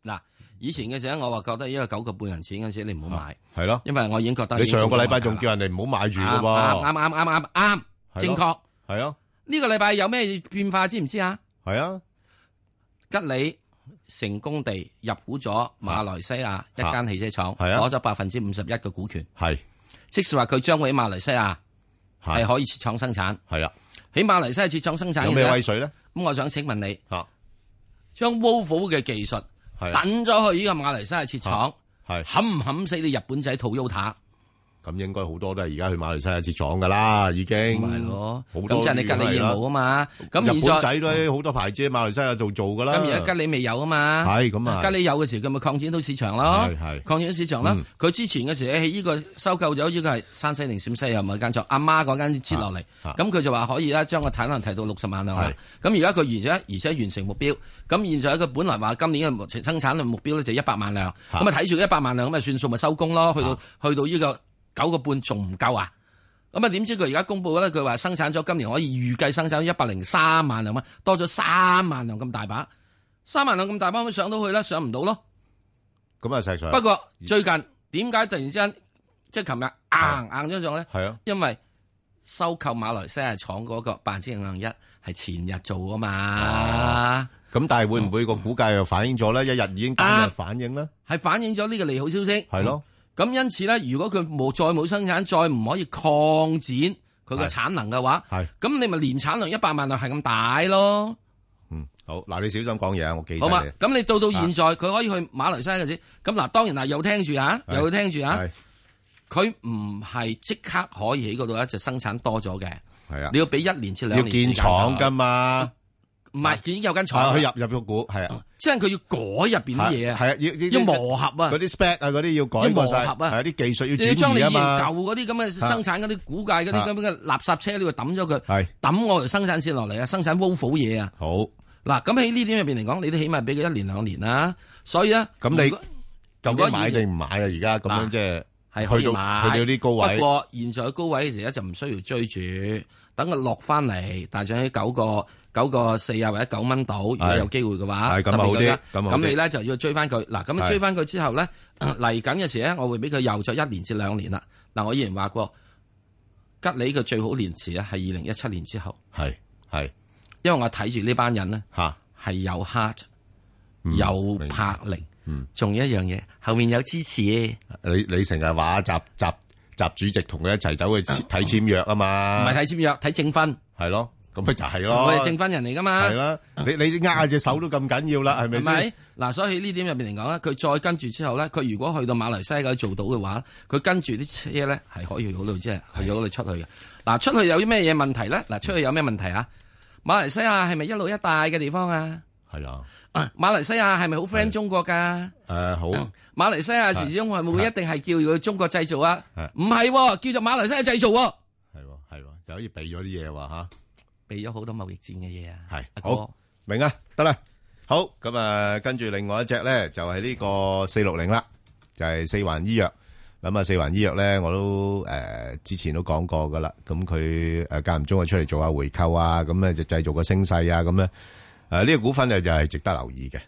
Speaker 2: 嗱，以前嘅時候我話覺得因為九個半人錢嗰陣時你唔好買，
Speaker 1: 係咯，
Speaker 2: 因為我已經覺得
Speaker 1: 你上個禮拜仲叫人哋唔好買住噶
Speaker 2: 啱
Speaker 1: 喎，
Speaker 2: 啱啱啱啱啱
Speaker 1: 係咯
Speaker 2: 啱啊正確。
Speaker 1: 係咯，
Speaker 2: 呢個禮拜有咩變化知唔知啊？
Speaker 1: 係啊，
Speaker 2: 吉利成功地入股咗馬來西亞一間汽車廠，
Speaker 1: 係啊
Speaker 2: 攞咗百分之五十一嘅股權，
Speaker 1: 係
Speaker 2: 即是話佢將會喺馬來西亞
Speaker 1: 係
Speaker 2: 係可以設廠生產。
Speaker 1: 係啊，
Speaker 2: 喺馬來西亞設廠生產嘅
Speaker 1: 有咩
Speaker 2: 時候
Speaker 1: 威水咧？
Speaker 2: 咁我想請問你，
Speaker 1: 嚇
Speaker 2: 將 Volvo 嘅技術
Speaker 1: 係啊
Speaker 2: 等咗去呢個馬來西亞設廠，
Speaker 1: 係
Speaker 2: 冚唔冚死你日本仔 Toyota？
Speaker 1: 咁應該好多都係而家去馬來西亞設廠噶啦，已經
Speaker 2: 咪係咯
Speaker 1: 好多
Speaker 2: 咁即係你吉利
Speaker 1: 已經係啦
Speaker 2: 業務啊嘛咁
Speaker 1: 日本
Speaker 2: 現
Speaker 1: 仔
Speaker 2: 在
Speaker 1: 都好多牌子喺馬來西亞做做噶啦。
Speaker 2: 咁而家吉利未有啊嘛，
Speaker 1: 係咁啊
Speaker 2: 吉利有嘅時候佢咪擴展到市場咯，
Speaker 1: 係係
Speaker 2: 擴展到市場啦
Speaker 1: 嗯。
Speaker 2: 佢之前嘅時候喺呢個收購咗呢個係山西定陝西又唔係間廠，阿媽嗰間接落嚟，
Speaker 1: 啊
Speaker 2: 咁佢就話可以啦，將個產能提到六十萬輛啦。咁而家佢完咗，而且完成目標。咁現在佢本來話今年嘅目生產量目標咧就一百萬輛，咁啊睇住一百萬輛咁啊算數咪收工咯，去到
Speaker 1: 啊
Speaker 2: 去到呢個九個半仲唔夠啊？咁啊，點知佢而家公布咧？佢話生產咗今年可以預計生產一百零三萬輛蚊，啊多咗三萬輛咁大把，三萬輛咁大把，可上到去啦，上唔到咯。
Speaker 1: 咁啊，石 Sir。
Speaker 2: 不過最近點解突然之間即係琴日硬硬咗上咧？
Speaker 1: 係啊，
Speaker 2: 因為收購馬來西亞廠嗰個百分之零一係前日做啊嘛
Speaker 1: 哦，咁但係會唔會個股價又反映咗咧？一日已經
Speaker 2: 啊
Speaker 1: 單日反映咧，
Speaker 2: 係反映咗呢個利好消息。
Speaker 1: 係咯。
Speaker 2: 咁因此咧，如果佢冇再冇生產，再唔可以擴展佢個
Speaker 1: 係
Speaker 2: 產能嘅話，
Speaker 1: 係
Speaker 2: 咁你咪年產量一百萬輛啊係咁大咯。
Speaker 1: 好嗱，你小心講嘢啊！我記得
Speaker 2: 好嘛
Speaker 1: 你，
Speaker 2: 咁你到到現
Speaker 1: 啊
Speaker 2: 在，佢可以去馬來西亞嘅啫。咁嗱，當然啦，又聽住啊，
Speaker 1: 係
Speaker 2: 又聽住啊
Speaker 1: 係。
Speaker 2: 佢唔係即刻可以喺嗰度咧就生產多咗嘅，
Speaker 1: 係啊，
Speaker 2: 你要俾一年至兩
Speaker 1: 要
Speaker 2: 年
Speaker 1: 建廠
Speaker 2: 㗎
Speaker 1: 噶。嘛？
Speaker 2: 唔係，已經有間
Speaker 1: 啊，
Speaker 2: 廠
Speaker 1: 佢
Speaker 2: 啦，
Speaker 1: 入入咗股係啊，
Speaker 2: 即係佢要改入邊啲嘢啊，
Speaker 1: 係啊，要
Speaker 2: 要磨合啊，
Speaker 1: 嗰啲 spec 啊，嗰啲要改過晒，
Speaker 2: 要磨合啊
Speaker 1: 係啲技術要
Speaker 2: 你要將
Speaker 1: 轉
Speaker 2: 你
Speaker 1: 移
Speaker 2: 以
Speaker 1: 啊
Speaker 2: 前
Speaker 1: 嘛
Speaker 2: 舊。嗰啲咁嘅生產嗰啲估計嗰
Speaker 1: 啊
Speaker 2: 啲咁嘅垃圾車，你要抌咗佢
Speaker 1: 係，
Speaker 2: 抌我條生產線落嚟啊，生產 Wolf 嘢啊。
Speaker 1: 好，
Speaker 2: 嗱，咁喺呢點入邊嚟講，你都起碼俾佢一年兩年啦。所以咧，
Speaker 1: 咁
Speaker 2: 如
Speaker 1: 你
Speaker 2: 果
Speaker 1: 究
Speaker 2: 如果
Speaker 1: 竟買
Speaker 2: 以前
Speaker 1: 定唔買啊？而家咁樣
Speaker 2: 嗱
Speaker 1: 即係
Speaker 2: 係可
Speaker 1: 去
Speaker 2: 以
Speaker 1: 到
Speaker 2: 買，
Speaker 1: 去到啲高位
Speaker 2: 不，過現在高位嘅時候就唔需要追住，等佢落翻嚟，大上喺九個九個四啊或者九蚊度，如果
Speaker 1: 係
Speaker 2: 有機會嘅話，
Speaker 1: 係咁啊好啲
Speaker 2: 特別佢
Speaker 1: 咁啊好啲
Speaker 2: 咁你咧就要追翻佢。
Speaker 1: 係
Speaker 2: 嗱，咁追翻佢之後咧，嚟緊嘅時咧，我會俾佢又再一年至兩年啦。嗱，我以前話過，吉利嘅最好年時啊咧係二零一七年之後，
Speaker 1: 係係，
Speaker 2: 因為我睇住呢班人咧
Speaker 1: 嚇
Speaker 2: 係有 heart
Speaker 1: 嗯
Speaker 2: 有魄力，仲有一樣嘢後面有支持。
Speaker 1: 你你成日話集集習主席同佢一齊走去簽睇簽約啊嘛，
Speaker 2: 唔係睇簽約，睇證婚。
Speaker 1: 係咯，咁咪就係咯。
Speaker 2: 我哋證婚人嚟噶嘛。
Speaker 1: 係啦，你你握隻手都咁緊要啦，係咪
Speaker 2: 係咪
Speaker 1: 先？？
Speaker 2: 嗱，所以呢點入邊嚟講咧，佢再跟住之後咧，佢如果去到馬來西亞做到嘅話，佢跟住啲車咧係可以去到即係去到嗰度出去嘅。嗱，出去有啲咩嘢問題咧？嗱，出去有咩問題啊？馬來西亞係咪一路一帶嘅地方啊？
Speaker 1: 係啊，
Speaker 2: 馬來西亞係咪好 friend 中國㗎？
Speaker 1: 誒啊好，
Speaker 2: 馬來西亞時鐘係會一定係叫佢中國製造啊
Speaker 1: 係？
Speaker 2: 唔係喎，叫做馬來西亞製造喎。
Speaker 1: 又可以避咗啲嘢喎嚇，
Speaker 2: 避咗好多貿易戰嘅嘢啊！
Speaker 1: 係
Speaker 2: 阿哥
Speaker 1: 好明啊，得啦，好咁啊，跟住另外一隻咧就係呢個四六零啦，就係四環醫藥。咁啊，四環醫藥咧，我都誒、呃之前都講過噶啦。咁佢誒間唔中啊出嚟做下回購啊，咁咧就製造個升勢啊，咁咧誒呢個股份就就係值得留意嘅，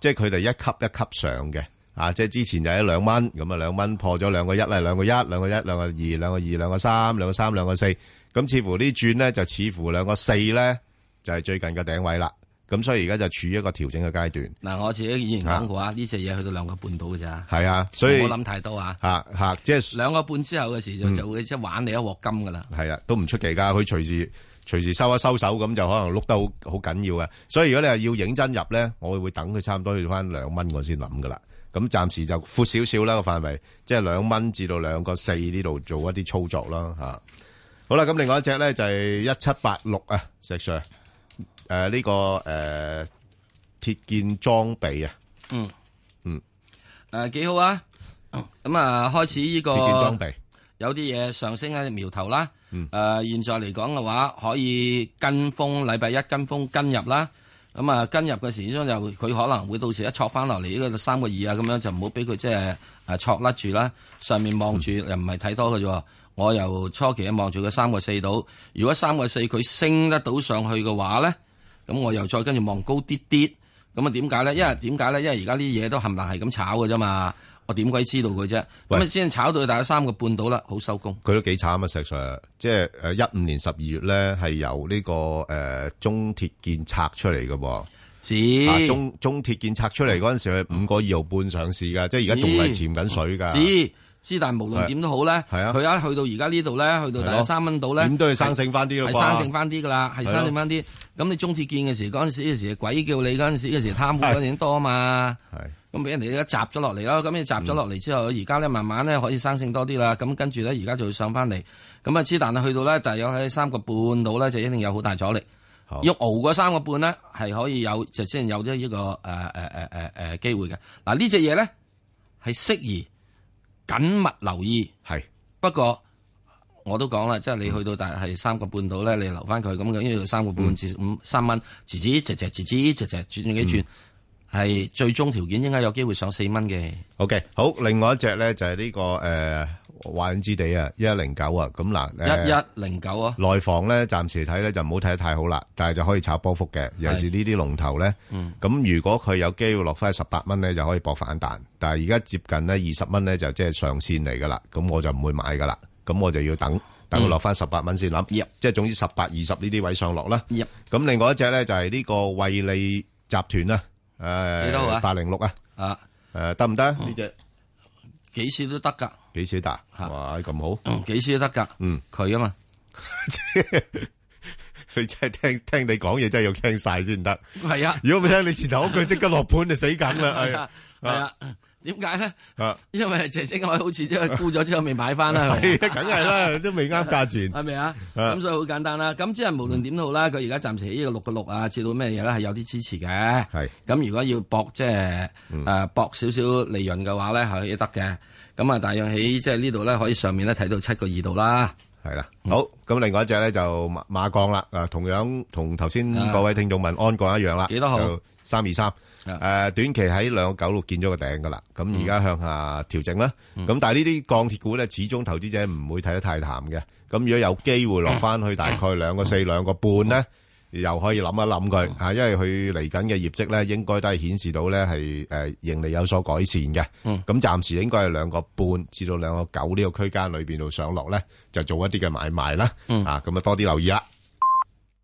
Speaker 1: 即係佢哋一級一級上嘅。啊，即係之前就喺兩蚊，咁啊兩蚊破咗兩個一啦，兩個一，兩個一，兩個二，兩個二，兩個三，兩個三，兩個四。咁似乎呢轉咧就似乎兩個四咧就係最近嘅頂位啦。咁所以而家就處於一個調整嘅階段。
Speaker 2: 嗱，我自己以前講過啊，呢隻嘢去到兩個半到嘅咋。
Speaker 1: 係啊，所以
Speaker 2: 唔好諗太多啊。
Speaker 1: 嚇嚇，即係
Speaker 2: 兩個半之後嘅時
Speaker 1: 嗯
Speaker 2: 就就會即係玩你一鑊金噶啦。
Speaker 1: 係啦，都唔出奇噶。佢隨時隨時收一收手咁，就可能碌得好好緊要嘅。所以如果你係要認真入咧，我會等佢差唔多去翻兩蚊，我先諗噶啦。咁暫時就闊少少啦個範圍，即係兩蚊至到兩個四呢度做一啲操作啦嚇。好啦，咁另外一隻咧就係一七八六啊，石 Sir，誒、呢、個誒、呃、鐵建裝備啊，
Speaker 2: 嗯
Speaker 1: 嗯，
Speaker 2: 誒幾好啊。咁啊，開始呢個
Speaker 1: 鐵建裝備嗯
Speaker 2: 有啲嘢上升嘅苗頭啦。誒、現在嚟講嘅話，可以跟風，禮拜一跟風跟入啦。咁啊，跟入嘅時鐘就佢可能會到時一戳翻落嚟呢個三個二啊，咁樣就唔好俾佢即係誒戳甩住啦。上面望住
Speaker 1: 嗯
Speaker 2: 又唔係睇多嘅啫喎。我由初期望住佢三個四度，如果三個四佢升得到上去嘅話咧，咁我又再跟住望高啲啲。咁啊點解咧？因為點解咧？因為而家啲嘢都冚唪唥係咁炒嘅啫嘛。我點鬼知道佢啫？咁啊先炒到大概三個半到啦，好收工。
Speaker 1: 佢都幾慘啊！石 Sir，即係誒一五年十二月咧，係由呢、個誒、呃中鐵建拆出嚟嘅喎。
Speaker 2: 止
Speaker 1: 啊中中鐵建拆出嚟嗰陣時，係五個二毫半上市㗎，即係而家仲係潛緊水㗎。
Speaker 2: 知知，但無論點都好咧，
Speaker 1: 係啊
Speaker 2: 佢一去到而家呢度咧，去到大
Speaker 1: 係咯
Speaker 2: 概三蚊度咧，
Speaker 1: 點都要生性返啲咯
Speaker 2: 係
Speaker 1: 啩
Speaker 2: 生性翻啲噶啦，係
Speaker 1: 係咯
Speaker 2: 生性翻啲。咁你中鐵建嘅時，嗰陣時嘅時鬼叫你嗰陣時嘅時貪污嗰陣時多啊嘛，咁俾人哋一閘咗落嚟咯。咁你閘咗落嚟之後，而家咧慢慢咧可以生性多啲啦。咁跟住咧，而家就會上翻嚟。咁啊知，但係去到咧，大約喺三個半度咧，就一定有好大阻力。要熬過三個半咧，係可以有就先有咗呢個呃誒誒誒誒誒機會嘅。嗱呢只嘢咧係適宜緊密留意。
Speaker 1: 係
Speaker 2: 不過我都講啦，即係你去到大係三個半度咧，你留翻佢咁嘅，因為佢三個
Speaker 1: 嗯
Speaker 2: 半至五三蚊，吱吱吱吱吱吱吱吱轉幾轉，係最終條件應該有機會上四蚊嘅。
Speaker 1: OK，好，另外一隻咧就係呢、個誒華潤置地啊，一一零九啊，咁嗱
Speaker 2: 一
Speaker 1: 誒
Speaker 2: 一零九啊，
Speaker 1: 內房咧，暫時睇咧就唔好睇得太好啦，但係就可以炒波幅嘅，尤其是呢啲龍頭咧。
Speaker 2: 嗯
Speaker 1: 咁如果佢有機會落翻十八蚊咧，就可以搏反彈。但係而家接近咧二十蚊咧，就即係上線嚟噶啦。咁我就唔會買噶啦。咁我就要等等佢落翻十八蚊先諗。即係總之十八、二十呢啲位上落啦。
Speaker 2: 咁
Speaker 1: 另外一隻咧就係呢個惠利集團啦。誒，
Speaker 2: 幾多號啊
Speaker 1: 八零六啊。
Speaker 2: 啊。
Speaker 1: 誒，得唔得呢隻？
Speaker 2: 幾次都得㗎，
Speaker 1: 幾時得？哇， 咁
Speaker 2: 好。幾次都得㗎。
Speaker 1: 嗯，
Speaker 2: 佢啊嘛。
Speaker 1: 你真係聽聽你講嘢真係要聽晒先得。
Speaker 2: 係啊，
Speaker 1: 如果唔聽你前頭嗰句，即刻落盤就死梗啦。係
Speaker 2: 係
Speaker 1: 啊
Speaker 2: 啊，係啊，點解咧？
Speaker 1: 啊。
Speaker 2: 因為姐姐我好似即係沽咗之後未買翻啦，
Speaker 1: 係啊梗係啦都未啱價錢
Speaker 2: 係咪啊？
Speaker 1: 啊
Speaker 2: 咁所以好簡單啦。咁即係無論點都好啦，佢而家暫時喺呢個六個六啊，至到咩嘢咧係有啲支持嘅。
Speaker 1: 係
Speaker 2: 咁，如果要搏即係誒搏少少利潤嘅話咧，係可以得嘅。咁啊，大約喺即係呢度咧，可以上面咧睇到七個二度啦。
Speaker 1: 係啦，好，咁另外一隻咧就馬馬鋼啦，啊，同樣同頭先各位聽眾問安鋼一樣啦，
Speaker 2: 幾多號？
Speaker 1: 三二三，誒，短期喺兩九六見咗個頂噶啦，咁而家向下調整啦，咁但係呢啲鋼鐵股咧，始終投資者唔會睇得太淡嘅，咁如果有機會落翻去大概兩個四、兩個半咧，又可以諗一諗佢啊，因為佢嚟緊嘅業績咧，應該都係顯示到咧係誒盈利有所改善嘅。
Speaker 2: 嗯
Speaker 1: 咁暫時應該係兩個半至到兩個九呢個區間裏邊度上落咧，就做一啲嘅買賣啦。
Speaker 2: 嗯
Speaker 1: 啊，咁啊多啲留意啦。